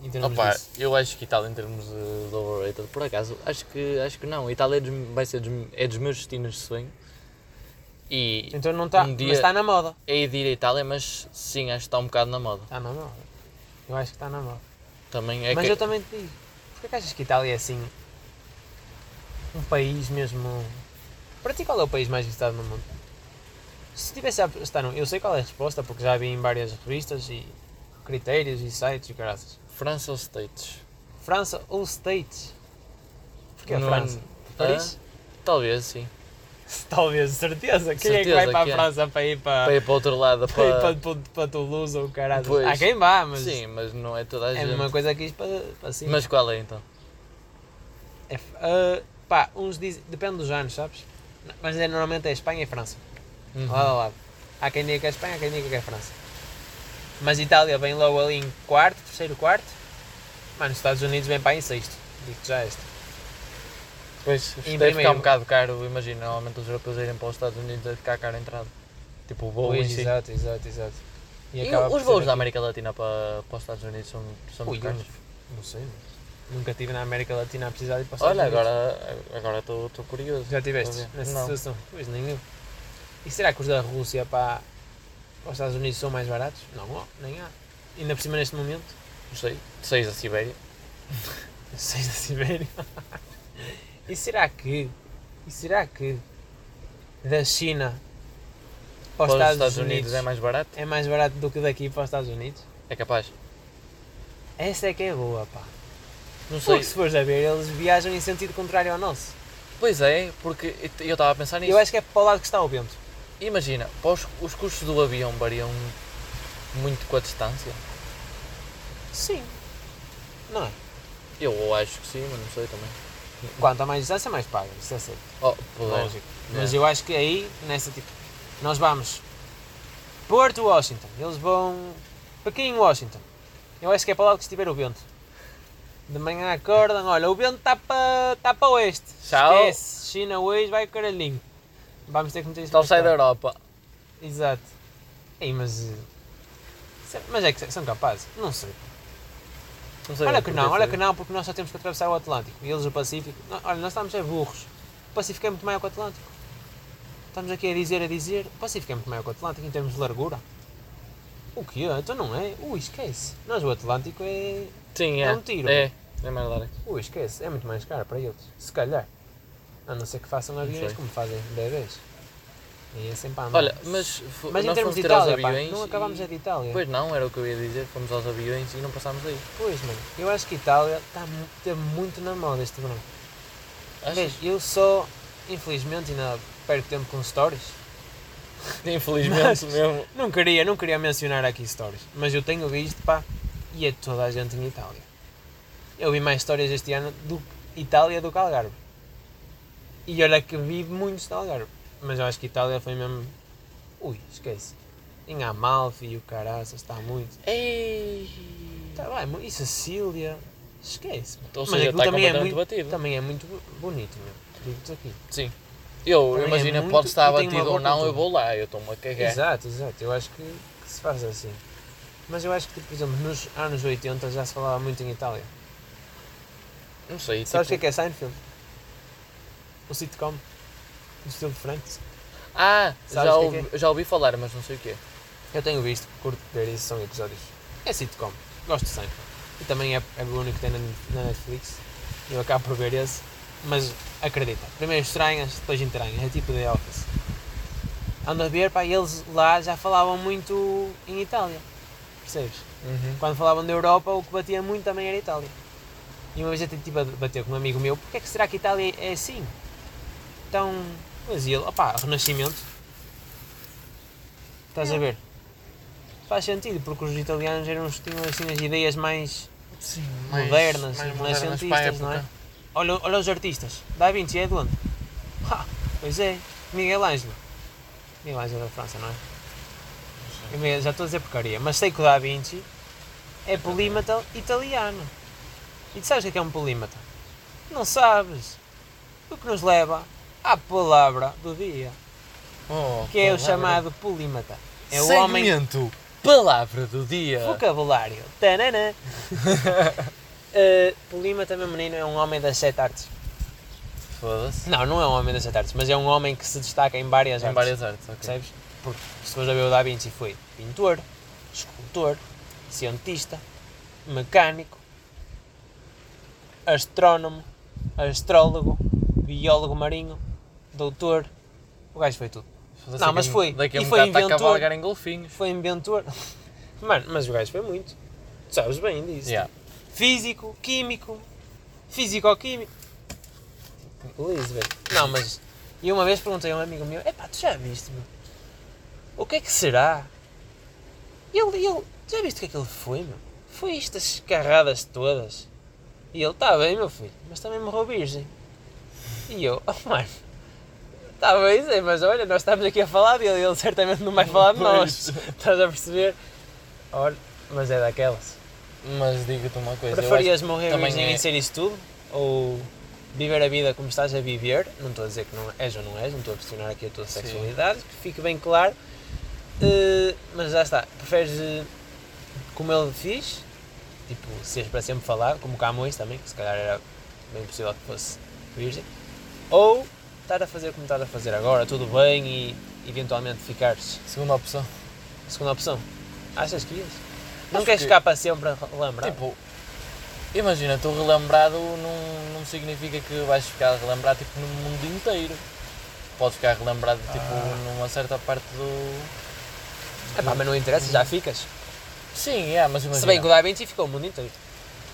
Speaker 1: Em termos
Speaker 2: Opa,
Speaker 1: disso.
Speaker 2: eu acho que Itália em termos de, de overrated, por acaso, acho que, acho que não. Itália é dos, vai ser dos, é dos meus destinos de sonho. E
Speaker 1: Então não está,
Speaker 2: um dia-
Speaker 1: mas está na moda.
Speaker 2: é de ir à Itália, mas sim, acho que está um bocado na moda.
Speaker 1: Está na moda. Eu acho que está na moda.
Speaker 2: Também é
Speaker 1: mas
Speaker 2: que...
Speaker 1: eu também te digo, porquê que achas que Itália é assim um país mesmo. Para ti qual é o país mais visitado no mundo? Se tivesse a estar eu sei qual é a resposta porque já vi em várias revistas e critérios e sites e graças.
Speaker 2: França ou States?
Speaker 1: França ou States? Porquê a
Speaker 2: Não-
Speaker 1: França? Paris?
Speaker 2: Talvez, sim.
Speaker 1: Ah? *laughs* Talvez, certeza. Quem é que
Speaker 2: Certeza
Speaker 1: vai para a
Speaker 2: que é.
Speaker 1: França para ir para,
Speaker 2: Para ir para o outro lado,
Speaker 1: Ah. *laughs* para ir para,
Speaker 2: para...
Speaker 1: para, para Toulouse ou caralho?
Speaker 2: Pois.
Speaker 1: Há quem vá, mas
Speaker 2: Sim, mas não é toda a
Speaker 1: é a
Speaker 2: gente.
Speaker 1: mesma coisa que isto para, para cima.
Speaker 2: Mas qual é então?
Speaker 1: É f- ah, pá, uns dizem. Depende dos anos, sabes? Mas é, normalmente é Espanha e França.
Speaker 2: Uhum.
Speaker 1: Lado a lado. Há quem diga que é Espanha, há quem diga que é França. Mas Itália vem logo ali em quarto, terceiro, quarto. Mano, os Estados Unidos vem para aí em sexto. Digo-te já este.
Speaker 2: Pois,
Speaker 1: Em
Speaker 2: deve ficar
Speaker 1: primeiro-
Speaker 2: um bocado caro, imagina, normalmente os europeus irem para os Estados Unidos deve ficar caro a entrada. Tipo o voo
Speaker 1: Pois,
Speaker 2: em si.
Speaker 1: exato, exato, exato.
Speaker 2: E
Speaker 1: acaba por
Speaker 2: os
Speaker 1: ser
Speaker 2: voos da
Speaker 1: aqui.
Speaker 2: América Latina para, para os Estados Unidos são, são
Speaker 1: Ui,
Speaker 2: muito caros.
Speaker 1: eu Não sei, mas nunca estive na América Latina a precisar de ir para os
Speaker 2: Olha,
Speaker 1: Estados Unidos.
Speaker 2: agora agora estou estou curioso.
Speaker 1: Já tiveste
Speaker 2: Estou a ver.
Speaker 1: nessa
Speaker 2: Não.
Speaker 1: situação? Pois nenhum. E será que os da Rússia para, para os Estados Unidos são mais baratos? Não, ó, nem há. Ainda por cima neste momento, *laughs*
Speaker 2: Não sei. Seis da Sibéria.
Speaker 1: seis da Sibéria. *laughs* e será que. E será que da China para
Speaker 2: Para
Speaker 1: os Estados, Unidos,
Speaker 2: Unidos, é mais barato?
Speaker 1: é mais barato do que daqui para os Estados Unidos?
Speaker 2: É capaz.
Speaker 1: Essa é que é boa, pá.
Speaker 2: Não sei.
Speaker 1: Porque se fores a ver, eles viajam em sentido contrário ao nosso.
Speaker 2: Pois é, porque eu estava a pensar nisso.
Speaker 1: Eu acho que é para o lado que está o vento.
Speaker 2: Imagina, pá, os, os custos do avião variam muito com a distância.
Speaker 1: Sim. Não é?
Speaker 2: Eu acho que sim, mas não sei também.
Speaker 1: Quanto a mais distância, mais paga. Isso é certo.
Speaker 2: Oh, poder.
Speaker 1: Lógico. Mas eu acho que aí, nessa tipo, nós vamos Porto, Washington, eles vão Pequim, Washington. Eu acho que é para lá que estiver o vento. De manhã acordam, olha, o vento está para tá para oeste.
Speaker 2: Tchau.
Speaker 1: Esquece, China hoje vai o caralhinho. Vamos ter que meter isso
Speaker 2: Então
Speaker 1: mais
Speaker 2: sai da
Speaker 1: tarde.
Speaker 2: Europa.
Speaker 1: Exato. Ei, mas. eh, se- Mas é que são capazes? Não sei.
Speaker 2: Não sei
Speaker 1: olha
Speaker 2: bem
Speaker 1: que
Speaker 2: porquê,
Speaker 1: não, olha
Speaker 2: sabe?
Speaker 1: que não, porque nós só temos que atravessar o Atlântico e eles o Pacífico. Não, olha, nós estamos a burros. O Pacífico é muito maior que o Atlântico. Estamos aqui a dizer, a dizer, o Pacífico é muito maior que o Atlântico em termos de largura. O quê? Então não é? Ui, esquece. Nós o Atlântico é.
Speaker 2: Sim, é.
Speaker 1: É um tiro.
Speaker 2: É, é mais largo.
Speaker 1: Ui, esquece. É muito mais caro para eles. Se calhar. A não ser que façam aviões
Speaker 2: sei.
Speaker 1: como fazem bebês. E é sempre a andar.
Speaker 2: Olha, mas, fo-
Speaker 1: mas em
Speaker 2: nós
Speaker 1: termos
Speaker 2: fomos
Speaker 1: de
Speaker 2: tirar os
Speaker 1: Itália, pá,
Speaker 2: aviões.
Speaker 1: não acabámos
Speaker 2: e...
Speaker 1: é de Itália.
Speaker 2: Pois não, era o que eu ia dizer. Fomos aos aviões e não passámos aí.
Speaker 1: Pois, mano, eu acho que Itália está mu- está muito na moda este verão.
Speaker 2: Achas?
Speaker 1: Vejo, eu só, infelizmente, ainda perco tempo com stories. *laughs*
Speaker 2: Infelizmente
Speaker 1: Mas-
Speaker 2: mesmo.
Speaker 1: Não queria, não queria mencionar aqui stories, mas eu tenho visto, pá, e é toda a gente em Itália. Eu vi mais histórias este ano do Itália do que Algarve. E olha que vi muitos de Algarve, mas eu acho que Itália foi mesmo. Ui, esquece. Em Amalfi e o caraças, está muito.
Speaker 2: Ei!
Speaker 1: Tá bem, mu- e Sicília, esquece. mano.
Speaker 2: Ou
Speaker 1: Mas
Speaker 2: seja,
Speaker 1: aquilo
Speaker 2: está
Speaker 1: também é
Speaker 2: completamente
Speaker 1: muito-
Speaker 2: batido.
Speaker 1: Também é muito bo- bonito, meu. Digo-te aqui.
Speaker 2: Sim. Eu,
Speaker 1: Também é
Speaker 2: imagina,
Speaker 1: muito-
Speaker 2: pode estar
Speaker 1: e tem uma
Speaker 2: batido ou
Speaker 1: boa
Speaker 2: não, eu
Speaker 1: cultura.
Speaker 2: vou lá. Eu estou-me a cagar.
Speaker 1: Exato, exato. Eu acho que, que se faz assim. Mas eu acho que, tipo, por exemplo, nos anos 80 já se falava muito em Itália.
Speaker 2: Não sei.
Speaker 1: Sabes o que é
Speaker 2: tipo-
Speaker 1: que é Seinfeld? O sitcom. Do estilo de Friends.
Speaker 2: Ah,
Speaker 1: Sabes
Speaker 2: já
Speaker 1: o que é
Speaker 2: ouvi, já ouvi falar, mas não sei o que é.
Speaker 1: Eu tenho visto, curto ver isso, são episódios. É sitcom. Gosto de Seinfeld. E também é, é o único que tem na, na Netflix. Eu acabo por ver esse. Mas acredita. Primeiro estranhas, depois entranhas. É tipo The Office. Ando a ver, pá, e eles lá já falavam muito em Itália. Percebes?
Speaker 2: Uhum.
Speaker 1: Quando falavam da Europa, o que batia muito também era a Itália. E uma vez até tive a bater com um amigo meu, porque é que será que a Itália é assim? Então, mas ele, opá, Renascimento. Estás a ver? Faz sentido, porque os italianos eram, os que tinham assim as ideias mais.
Speaker 2: Sim,
Speaker 1: mais- Modernas, mais modernas renascentistas, para a época. não é? Olha, olha os artistas, Da Vinci é de onde? Ha, pois é, Miguel Ângelo. Miguel Ângelo é da França, não é? Eu me- já estou a dizer porcaria, mas sei que o Da Vinci é polímata italiano. E tu sabes o que é que é um polímata? Não sabes o que nos leva à palavra do dia,
Speaker 2: Oh,
Speaker 1: que é o
Speaker 2: palavra-
Speaker 1: chamado polímata. É o homem
Speaker 2: Segmento, palavra do dia.
Speaker 1: Vocabulário.
Speaker 2: *laughs*
Speaker 1: Tanana. uh, Polima também, menino, é um homem das sete artes.
Speaker 2: Foda-se.
Speaker 1: Não, não é um homem das sete artes, mas é um homem que se destaca em várias
Speaker 2: Em
Speaker 1: artes.
Speaker 2: várias artes, ok.
Speaker 1: Percebes? Porque se fores a ver o Da Vinci foi pintor, escultor, cientista, mecânico, astrónomo, astrólogo, biólogo marinho, doutor. O gajo foi tudo.
Speaker 2: Foda-se,
Speaker 1: Não,
Speaker 2: daqui a
Speaker 1: mas
Speaker 2: um-
Speaker 1: foi.
Speaker 2: Daqui a
Speaker 1: E
Speaker 2: um
Speaker 1: foi
Speaker 2: bocado está a
Speaker 1: inventor.
Speaker 2: cavalgar em golfinhos.
Speaker 1: Foi inventor. *laughs* Mano, mas o gajo foi muito. Tu sabes bem disso.
Speaker 2: Yeah.
Speaker 1: físico, químico, físico-químico. Please, velho. Não, mas. E uma vez perguntei a um amigo meu: Epá, tu já viste, meu? O que é que será? Ele, ele, já viste o que é que ele foi, meu? Foi estas carradas todas. E ele, está bem, meu filho, mas também morreu virgem. E eu, oh, mano, está bem, Zé, mas olha, nós estamos aqui a falar dele e ele certamente não vai falar de nós. *laughs* Estás a perceber? Olha, mas é daquelas.
Speaker 2: Mas digo-te uma coisa. eu acho-
Speaker 1: Preferias morrer
Speaker 2: também
Speaker 1: virgem
Speaker 2: é-
Speaker 1: e ser isso tudo? Ou viver a vida como estás a viver? Não estou a dizer que não és ou não és, não estou a questionar aqui a tua
Speaker 2: Sim.
Speaker 1: sexualidade, que fique bem claro. Eh, mas já está, preferes eh, como ele fiz, tipo, seres para sempre falar, como Camões também, que se calhar era bem possível que fosse virgem, ou estar a fazer como estás a fazer agora, tudo bem e eventualmente ficares.
Speaker 2: Segunda opção.
Speaker 1: Segunda opção, achas que ias? Não
Speaker 2: Acho
Speaker 1: queres
Speaker 2: que-
Speaker 1: ficar para sempre a relembrar?
Speaker 2: Tipo, imagina, tu relembrado não, não significa que vais ficar relembrado tipo, no mundo inteiro. Podes ficar relembrado tipo,
Speaker 1: Ah.
Speaker 2: numa certa parte do.
Speaker 1: Epá, mas não interessa, já ficas.
Speaker 2: Sim, é, mas imagina.
Speaker 1: Se bem que o Da Vinci ficou o mundo inteiro.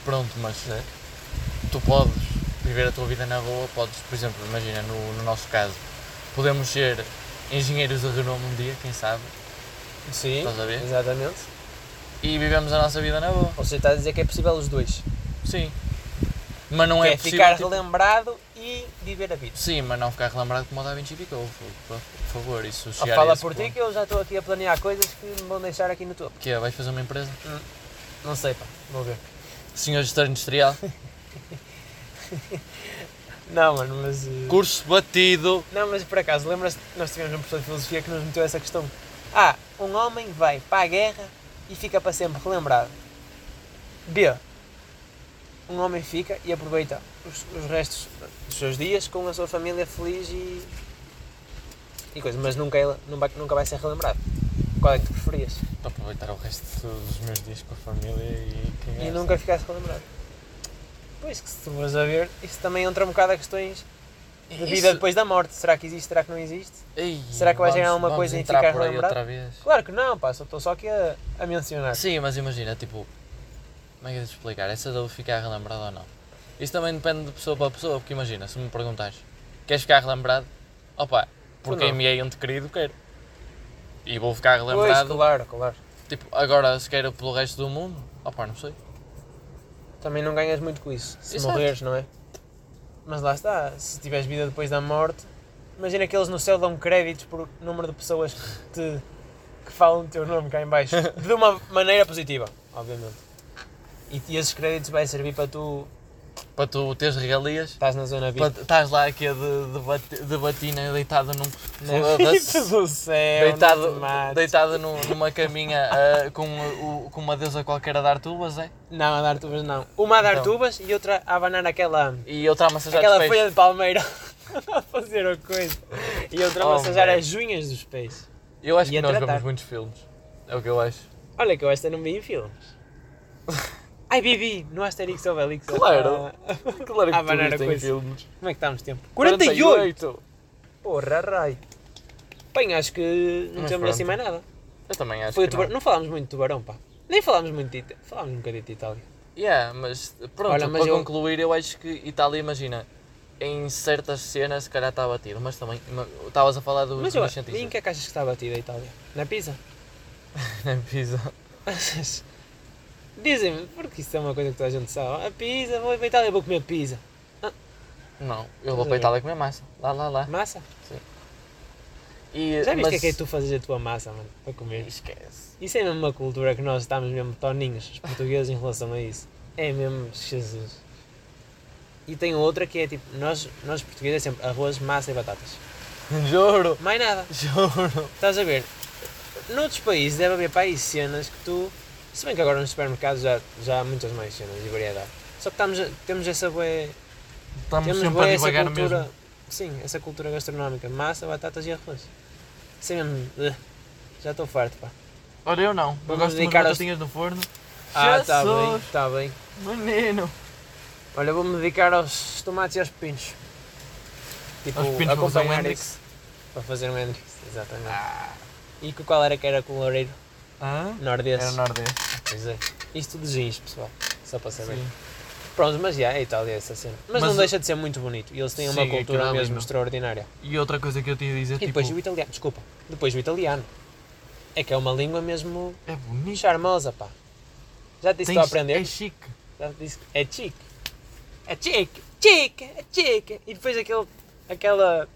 Speaker 2: Pronto, mas eh,
Speaker 1: Não é?
Speaker 2: tu podes viver a tua vida na boa, podes, por exemplo, imagina, no, no nosso caso, podemos ser engenheiros de renome um dia, quem sabe,
Speaker 1: Sim,
Speaker 2: Estás a ver?
Speaker 1: exatamente.
Speaker 2: e vivemos a nossa vida na boa.
Speaker 1: Ou seja, estás a dizer que é possível os dois.
Speaker 2: Sim. Mas não
Speaker 1: que
Speaker 2: é,
Speaker 1: é
Speaker 2: possível.
Speaker 1: ficar
Speaker 2: tipo,
Speaker 1: relembrado e viver a vida.
Speaker 2: Sim, mas não ficar relembrado como o Da Vinci ficou, por, por favor, isso
Speaker 1: Ou
Speaker 2: chegar a
Speaker 1: Ah, fala
Speaker 2: esse
Speaker 1: por ti
Speaker 2: ponto-
Speaker 1: que eu já estou aqui a planear coisas que me vão deixar aqui no topo.
Speaker 2: Que é, vais fazer uma empresa?
Speaker 1: Não sei, pá, vou ver.
Speaker 2: Senhor gestor
Speaker 1: *laughs*
Speaker 2: industrial.
Speaker 1: Não, mano, mas. eh,
Speaker 2: Curso batido.
Speaker 1: Não, mas por acaso, lembras-te que nós tivemos um professor de filosofia que nos meteu essa questão? Ah, um homem vai para a guerra e fica para sempre relembrado. B. Um homem fica e aproveita os, os restos dos seus dias com a sua família feliz e. e coisa, mas nunca, ele- não vai- nunca vai ser relembrado. Qual é que tu preferias?
Speaker 2: Para aproveitar o resto dos meus dias com a família e quem é,
Speaker 1: E nunca ficasse relembrado. Pois que se tu fores a ver, isso também entra um bocado a questões de vida depois da morte. Será que existe? Será que não existe? Será que vai gerar alguma coisa e ficar
Speaker 2: por aí
Speaker 1: relembrado?
Speaker 2: outra vez?
Speaker 1: Claro que não, pá, só estou só aqui a, a mencionar.
Speaker 2: Sim, mas imagina, tipo, como é que eu te explicar? Essa de ficar relembrado ou não? Isso também depende de pessoa para pessoa, porque imagina, se me perguntares, queres ficar relembrado? Opa, porque
Speaker 1: Não.
Speaker 2: me é um te querido, quero. E vou ficar
Speaker 1: Pois,
Speaker 2: relembrado,
Speaker 1: claro, claro.
Speaker 2: tipo, agora se quero pelo resto do mundo, opa, não sei.
Speaker 1: Também não ganhas muito com isso, se
Speaker 2: Exato.
Speaker 1: morreres, não é? Mas lá está, se tiveres vida depois da morte, imagina que eles no céu dão créditos por número de pessoas que, te, que falam o teu nome cá em
Speaker 2: *laughs*
Speaker 1: baixo. De uma maneira positiva, obviamente. E, e esses créditos vai servir para tu
Speaker 2: Para tu teres regalias,
Speaker 1: estás na zona VIP.
Speaker 2: Pat- Estás lá aqui a de, de, bati- de batina deitado num.
Speaker 1: Na *laughs* VIP né? do céu, não te
Speaker 2: deitado
Speaker 1: mates.
Speaker 2: deitado num- numa caminha *laughs* ah, com, o- com uma deusa qualquer a dar tubas, é?
Speaker 1: Não, a dar tubas não. Uma a dar
Speaker 2: Então.
Speaker 1: tubas e outra a abanar aquela...
Speaker 2: E outra a massajar
Speaker 1: Aquela
Speaker 2: os pés.
Speaker 1: folha de palmeira *laughs* a fazer a coisa. E outra a
Speaker 2: Oh,
Speaker 1: massajar
Speaker 2: mano.
Speaker 1: as unhas dos pés.
Speaker 2: Eu acho
Speaker 1: e
Speaker 2: que
Speaker 1: a
Speaker 2: nós
Speaker 1: tratar.
Speaker 2: vemos muitos filmes. É o que
Speaker 1: *laughs*
Speaker 2: eu acho.
Speaker 1: Olha que eu esta não vi em
Speaker 2: *laughs*
Speaker 1: filmes. Ai, Bibi, no Asterix ou Obelix.
Speaker 2: Claro.
Speaker 1: Ah,
Speaker 2: Claro
Speaker 1: que tu viste em
Speaker 2: filmes.
Speaker 1: como é que estamos de tempo? 48! Porra, raio. Bem, acho que não
Speaker 2: Mas
Speaker 1: temos assim
Speaker 2: pronto.
Speaker 1: mais nada.
Speaker 2: Eu também acho
Speaker 1: Foi o
Speaker 2: que
Speaker 1: tubarão.
Speaker 2: não.
Speaker 1: Não. falámos muito de tubarão, pá. Nem falámos muito de Itália. Falámos um bocadinho de Itália.
Speaker 2: Yeah, mas pronto,
Speaker 1: Olha, mas
Speaker 2: para
Speaker 1: eu-
Speaker 2: concluir, eu acho que Itália, imagina, em certas cenas se calhar está batido, mas também ma- estavas a falar dos
Speaker 1: Mas eu
Speaker 2: renascentistas.
Speaker 1: acho.
Speaker 2: *laughs*
Speaker 1: Em que é que achas que está batida a Itália? Na Pisa?
Speaker 2: Pisa.
Speaker 1: Achas? *laughs* Dizem-me, porque isso é uma coisa que toda a gente sabe. A pizza, vou para a Itália, vou comer pizza.
Speaker 2: Não, eu
Speaker 1: Tudo
Speaker 2: vou para a
Speaker 1: bem.
Speaker 2: Itália comer massa. Lá, lá, lá.
Speaker 1: Massa?
Speaker 2: E,
Speaker 1: Já viste o
Speaker 2: mas-
Speaker 1: que é que é tu fazes a tua massa, mano, para comer?
Speaker 2: Esquece. *laughs*
Speaker 1: Isso é mesmo uma cultura que nós estamos mesmo toninhos, os portugueses, em relação a isso. É mesmo, Jesus. E tem outra que é tipo, nós, nós portugueses é sempre arroz, massa e batatas.
Speaker 4: Juro,
Speaker 1: Mais nada.
Speaker 4: juro.
Speaker 1: Estás a ver? Noutros países deve haver para aí cenas que tu. Se bem que agora nos supermercados já, já há muitas mais cenas e variedade. Só que estamos, a- temos essa boa.
Speaker 2: Estamos
Speaker 1: Temos
Speaker 2: sempre
Speaker 1: bué
Speaker 2: a
Speaker 1: essa
Speaker 2: divagar no
Speaker 1: cultura.
Speaker 2: mesmo.
Speaker 1: Sim, essa cultura gastronómica. Massa, batatas e arroz. Isso é mesmo. ugh, já estou farto, pá.
Speaker 2: Ora, eu não. Eu
Speaker 1: Vamos
Speaker 2: gosto de umas
Speaker 1: dedicar aos-
Speaker 2: batatinhas no forno.
Speaker 1: Ah, está bem,
Speaker 2: Jesus!
Speaker 1: está bem.
Speaker 2: Menino!
Speaker 1: Olha, vou-me dedicar aos tomates e aos pepinos. Tipo,
Speaker 2: Aos pepinos para fazer um
Speaker 1: acompanhar
Speaker 2: Hendrix?
Speaker 1: isso. Para fazer um Hendrix, exatamente.
Speaker 2: Ah,
Speaker 1: E que qual era que era com o loureiro?
Speaker 2: hã?
Speaker 1: Nordeste.
Speaker 2: Era nordeste.
Speaker 1: Pois é. Isto de jeans, pessoal. Só para saber.
Speaker 2: Sim.
Speaker 1: Pronto, mas já, é Itália essa cena. Mas,
Speaker 2: Mas
Speaker 1: não
Speaker 2: o-
Speaker 1: deixa de ser muito bonito. E eles têm
Speaker 2: Sim,
Speaker 1: uma
Speaker 2: aquilo
Speaker 1: cultura
Speaker 2: é
Speaker 1: mesmo
Speaker 2: lindo.
Speaker 1: extraordinária.
Speaker 2: E outra coisa que eu tinha a dizer,
Speaker 1: E
Speaker 2: tipo,
Speaker 1: depois o italiano, desculpa. Depois o italiano. É que é uma língua mesmo
Speaker 2: é bonito.
Speaker 1: charmosa, pá. Já te disse que estou a
Speaker 2: Tens-
Speaker 1: aprender?
Speaker 2: É chique.
Speaker 1: Já te disse que é chique. É chique, chique, é chique. E depois aquele, aquela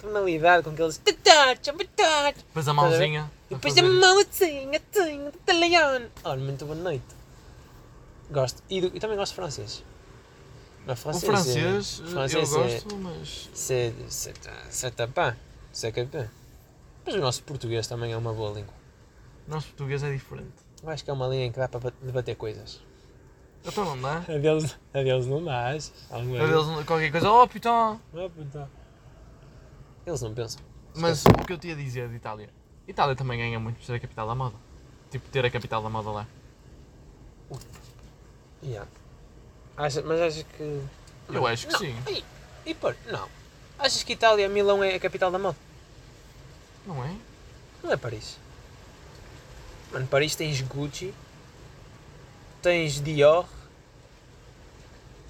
Speaker 1: tonalidade com que eles... "Tatá, batá".
Speaker 2: Depois a
Speaker 1: a ver?
Speaker 2: mãozinha.
Speaker 1: E
Speaker 2: a
Speaker 1: depois é a
Speaker 2: fazer-
Speaker 1: mãozinha, tinha, de italiano. Olha, muito boa noite. Gosto. E, do- e também gosto de francês. Mas
Speaker 2: O
Speaker 1: francês, é-
Speaker 2: francês,
Speaker 1: francês
Speaker 2: eu
Speaker 1: é-
Speaker 2: gosto, mas.
Speaker 1: C'est c'est tapin, c'est capin. é Mas o nosso português também é uma boa língua.
Speaker 2: Nosso português é diferente.
Speaker 1: Eu acho que é uma língua em que dá para bat- debater coisas.
Speaker 2: Então não dá.
Speaker 1: Adeus, adeus não dá, achas? Alguma
Speaker 2: Eles, não- qualquer coisa, oh pitão!
Speaker 1: vez? Ah, puta. Eles não pensam.
Speaker 2: Mas o que eu tinha a dizer de Itália? Itália também ganha muito por ser a capital da moda. Tipo, ter a capital da moda lá.
Speaker 1: Yeah. Acha, mas achas que.
Speaker 2: Eu acho que
Speaker 1: Não.
Speaker 2: sim,
Speaker 1: E, e pô, não. Achas que Itália, Milão é a capital da moda?
Speaker 2: não é?
Speaker 1: Não é Paris. Mano, Paris tens Gucci, tens Dior,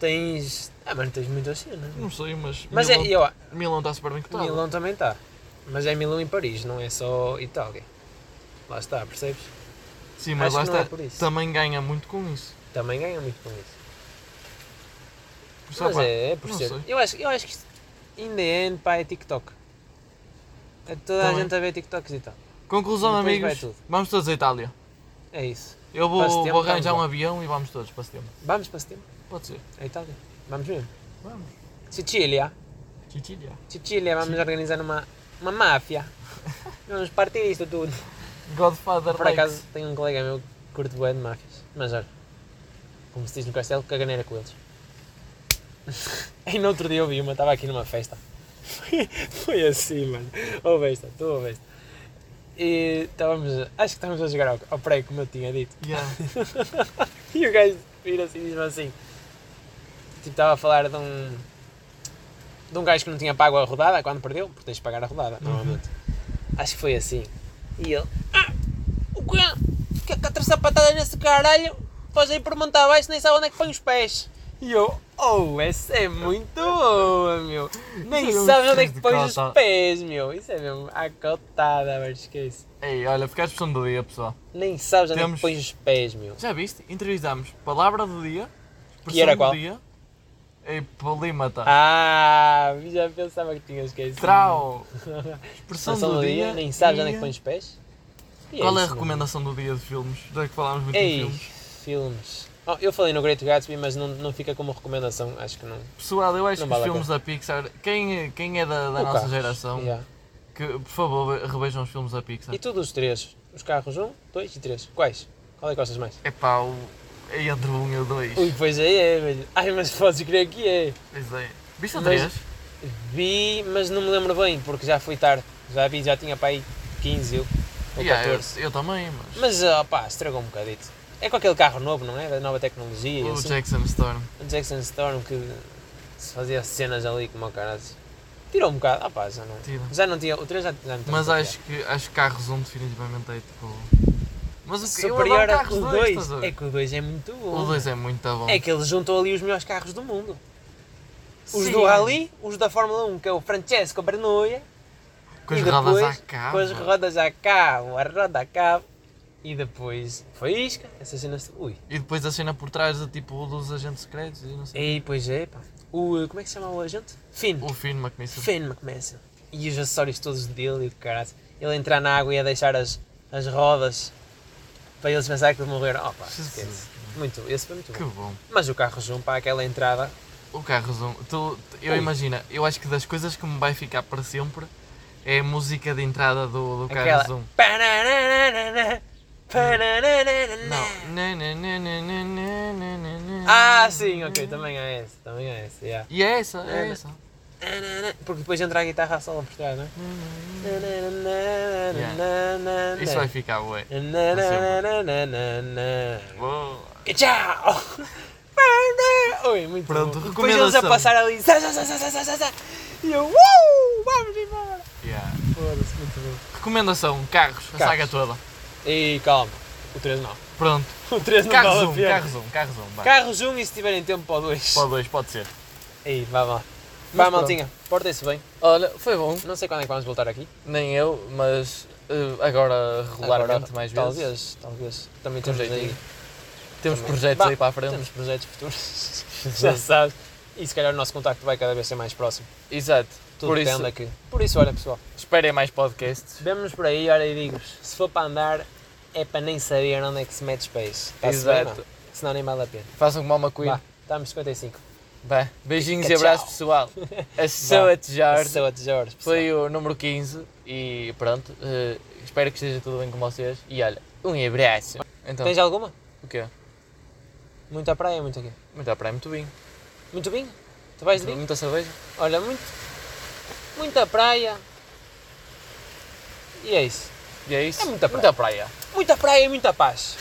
Speaker 1: tens. Ah, mano, tens muita cena.
Speaker 2: Não sei, mas.
Speaker 1: é? Mas
Speaker 2: Hum, Milão,
Speaker 1: é, eu,
Speaker 2: Milão está super bem cotado.
Speaker 1: Milão também está. Mas é Milão e Paris, não é só Itália. Lá está, percebes?
Speaker 2: Sim, mas
Speaker 1: Acho
Speaker 2: lá
Speaker 1: que não
Speaker 2: está.
Speaker 1: é por isso.
Speaker 2: também ganha muito com isso.
Speaker 1: Também ganha muito com isso.
Speaker 2: Por isso,
Speaker 1: Mas
Speaker 2: opá,
Speaker 1: é, é por
Speaker 2: não
Speaker 1: ser.
Speaker 2: sei.
Speaker 1: Eu acho, eu acho que isto, in the end, pá, é TikTok. É toda a
Speaker 2: Também.
Speaker 1: gente a ver TikToks e tal.
Speaker 2: Conclusão,
Speaker 1: Depois vai
Speaker 2: amigos.
Speaker 1: tudo.
Speaker 2: Vamos todos à Itália.
Speaker 1: É isso.
Speaker 2: Eu vou,
Speaker 1: Para setembro
Speaker 2: vou arranjar
Speaker 1: vamos
Speaker 2: um
Speaker 1: lá.
Speaker 2: avião e vamos todos para setembro.
Speaker 1: Vamos para setembro,
Speaker 2: Pode ser.
Speaker 1: a Itália. Vamos mesmo.
Speaker 2: Vamos.
Speaker 1: Sicília.
Speaker 2: Sicília.
Speaker 1: Sicília, vamos organizar uma, uma
Speaker 2: *laughs*
Speaker 1: máfia. vamos partir isto tudo.
Speaker 2: Godfather
Speaker 1: Por
Speaker 2: Rex.
Speaker 1: acaso, tenho um colega meu que curte bué de máfias. Mas olha, como se diz no castelo, caganeira com eles. *laughs* e no outro dia eu vi uma, estava aqui numa festa. Foi, foi assim, mano. Ouve esta, tu ouve esta. E estávamos, a- acho que estávamos a jogar ao, ao prego, como eu tinha dito. *laughs*
Speaker 2: Yeah.
Speaker 1: E o gajo vira assim e diz-me assim. Tipo, estava a falar de um. de um gajo que não tinha pago a rodada quando perdeu, porque tens de pagar a rodada,
Speaker 2: Uhum.
Speaker 1: normalmente. Acho que foi assim. E ele. Ah! O quê? Que quatro sapatadas nesse caralho? Faz aí por montar abaixo, nem sabe onde é que põe os pés. E eu. Oh, essa é muito boa, meu. Nem
Speaker 2: Isso é um
Speaker 1: sabes onde é
Speaker 2: cheiro
Speaker 1: que
Speaker 2: de
Speaker 1: põe
Speaker 2: cota.
Speaker 1: os pés, meu. Isso é mesmo. A cotada, mas esquece.
Speaker 2: Ei, olha, fica a expressão do dia, pessoal.
Speaker 1: Nem sabes onde é
Speaker 2: Temos-
Speaker 1: que põe os pés, meu.
Speaker 2: Já viste? Entrevistámos palavra do dia, expressão
Speaker 1: E era qual?
Speaker 2: do dia e polímata.
Speaker 1: Ah, já pensava que tinha esquecido. *laughs*
Speaker 2: Trau!
Speaker 1: São
Speaker 2: Expressão
Speaker 1: do, dia, nem sabes onde é que pões os pés. E
Speaker 2: Qual é a
Speaker 1: isso,
Speaker 2: recomendação do dia de filmes? Já que
Speaker 1: não
Speaker 2: falámos muito
Speaker 1: é?
Speaker 2: de
Speaker 1: Ei,
Speaker 2: filmes.
Speaker 1: filmes. Oh, eu falei no Great Gatsby, mas não, não fica como recomendação, acho que não.
Speaker 2: Pessoal, eu acho
Speaker 1: Não
Speaker 2: que os
Speaker 1: vale a
Speaker 2: filmes da Pixar, quem, quem é da, da
Speaker 1: O
Speaker 2: nossa
Speaker 1: Carros,
Speaker 2: geração, Tá.
Speaker 1: yeah.
Speaker 2: que por favor revejam os filmes da Pixar.
Speaker 1: E todos os três? Os carros 1, 2 e 3. Quais? Qual é que gostas mais?
Speaker 2: É pá, o- é entre um e o dois.
Speaker 1: Ui, pois aí é, velho. Ai, mas podes crer que é.
Speaker 2: Pois é. Viste o
Speaker 1: Mas-
Speaker 2: três?
Speaker 1: Vi, mas não me lembro bem, porque já foi tarde. Já vi, já tinha para aí 15 ou
Speaker 2: Yeah,
Speaker 1: 14.
Speaker 2: eu, eu também,
Speaker 1: Mas,
Speaker 2: mas.
Speaker 1: oh, pá, estragou um bocadito. É com aquele carro novo, não é? Da nova tecnologia.
Speaker 2: o
Speaker 1: assim.
Speaker 2: Jackson Storm.
Speaker 1: O Jackson Storm que se fazia cenas ali como o caralho. Tirou um bocado. Ah pá, já não.
Speaker 2: Tira.
Speaker 1: Já não tinha. O 3 já, já não tinha.
Speaker 2: Mas acho que, acho que Carros 1 definitivamente é tipo. Mas o que eu adoro
Speaker 1: superior a que
Speaker 2: Carros
Speaker 1: o
Speaker 2: 2, estás a
Speaker 1: 2.
Speaker 2: ver?
Speaker 1: É que o 2 é muito bom.
Speaker 2: O 2 é muito bom.
Speaker 1: É que eles juntam ali os melhores carros do mundo. Os
Speaker 2: Sim.
Speaker 1: do Rally, os da Fórmula 1, que é o Francesco Bernoulli,
Speaker 2: Com as
Speaker 1: e
Speaker 2: rodas à
Speaker 1: depois,
Speaker 2: cabo.
Speaker 1: com as rodas a cabo, a roda a cabo, e depois faísca, essas cenas. Ui.
Speaker 2: E depois a cena por trás de tipo dos agentes secretos e não sei.
Speaker 1: E pois é, pá. O, como é que se chama o agente? Finn.
Speaker 2: O Finn McMissile.
Speaker 1: Finn McMaster. E os acessórios todos dele e do caralho. Ele entrar na água e a deixar as, as rodas para eles pensarem que morreram. Oh pá,
Speaker 2: Jesus.
Speaker 1: esquece. Muito, esse foi muito
Speaker 2: Que
Speaker 1: bom.
Speaker 2: bom. um,
Speaker 1: Mas o carro zoom para aquela entrada
Speaker 3: o que é resumo? Tu, tu- eu
Speaker 1: Ui.
Speaker 3: imagina, eu acho que das coisas que me vai ficar para sempre é a música de entrada do, do
Speaker 1: Aquela.
Speaker 3: carro zoom.
Speaker 2: um.
Speaker 1: Pananana, pananana.
Speaker 3: Não. Né, né, né, né, né, né, né, né, né.
Speaker 1: Ah, sim, ok, também é esse, também é esse, yeah.
Speaker 3: E é essa,
Speaker 1: É,
Speaker 3: é
Speaker 1: né?
Speaker 3: essa.
Speaker 1: Porque depois entra a guitarra solo por trás, não é?
Speaker 3: Hum. Yeah. Isso vai ficar, ué.
Speaker 1: E tchau! Oi, muito
Speaker 3: Pronto,
Speaker 1: bom. Depois eles a
Speaker 3: recomendação.
Speaker 1: passar ali. zá, zá, zá, zá, zá, zá, zá, zá. E eu, uh, vamos embora!
Speaker 3: Yeah.
Speaker 1: Foda-se, muito bom.
Speaker 3: Recomendação, carros, a
Speaker 1: Carros.
Speaker 3: saga toda.
Speaker 1: E calma, o 3 não.
Speaker 3: Pronto.
Speaker 1: O 3 não
Speaker 3: Carros
Speaker 1: vale a
Speaker 3: um,
Speaker 1: pena.
Speaker 3: carros um, carros um. vá.
Speaker 1: Carros 1 e se tiverem tempo para o 2.
Speaker 3: Para o dois, pode ser.
Speaker 1: Aí, vá lá. Vá,
Speaker 2: pronto.
Speaker 1: maltinha, portem-se bem.
Speaker 2: Olha, foi bom.
Speaker 1: Não sei quando é que vamos voltar aqui.
Speaker 2: Nem eu, mas eh, agora regularmente
Speaker 1: Agora,
Speaker 2: mais vezes.
Speaker 1: talvez, Talvez, Também temos aí,
Speaker 2: jeitinho. Temos
Speaker 1: Também.
Speaker 2: projetos
Speaker 1: Bah,
Speaker 2: aí para a frente.
Speaker 1: temos projetos futuros. Já sabes. E se calhar o nosso contacto vai cada vez ser mais próximo.
Speaker 2: Exato.
Speaker 1: Tudo
Speaker 2: por
Speaker 1: depende
Speaker 2: isso,
Speaker 1: aqui. Por isso, olha pessoal,
Speaker 2: esperem mais podcasts.
Speaker 1: vemo-nos por aí, olha e digo-vos, se for para andar, é para nem saber onde é que se mete os pés. Está-se bem,
Speaker 2: Exato.
Speaker 1: não? Senão nem vale a pena.
Speaker 2: Façam como uma
Speaker 1: Vá,
Speaker 2: cuida.
Speaker 1: estamos 55.
Speaker 2: Vá. Beijinhos
Speaker 1: Fica
Speaker 2: e abraço
Speaker 1: tchau.
Speaker 3: *laughs*
Speaker 2: pessoal. A Sua Tejar
Speaker 1: Sou a Jorge, pessoal.
Speaker 2: foi o número 15 e pronto. eh, espero que esteja tudo bem com vocês. E olha, um abraço. Então,
Speaker 1: Tens alguma?
Speaker 2: o quê?
Speaker 1: Muita praia, muito aqui.
Speaker 2: Muita praia, muito vinho.
Speaker 1: Muito vinho? Tu vais de vinho?
Speaker 2: Muita cerveja.
Speaker 1: Olha, muito, muita praia. E é isso.
Speaker 2: E é isso.
Speaker 1: É muita praia.
Speaker 2: Muita praia.
Speaker 1: Muita praia e muita paz.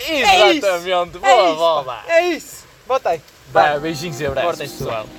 Speaker 2: Exatamente.
Speaker 1: É
Speaker 2: Boa
Speaker 1: isso, pá.
Speaker 2: bola.
Speaker 1: É isso. Bota aí.
Speaker 2: Vá, beijinhos e abraços
Speaker 1: Cortem, pessoal.
Speaker 2: pessoal.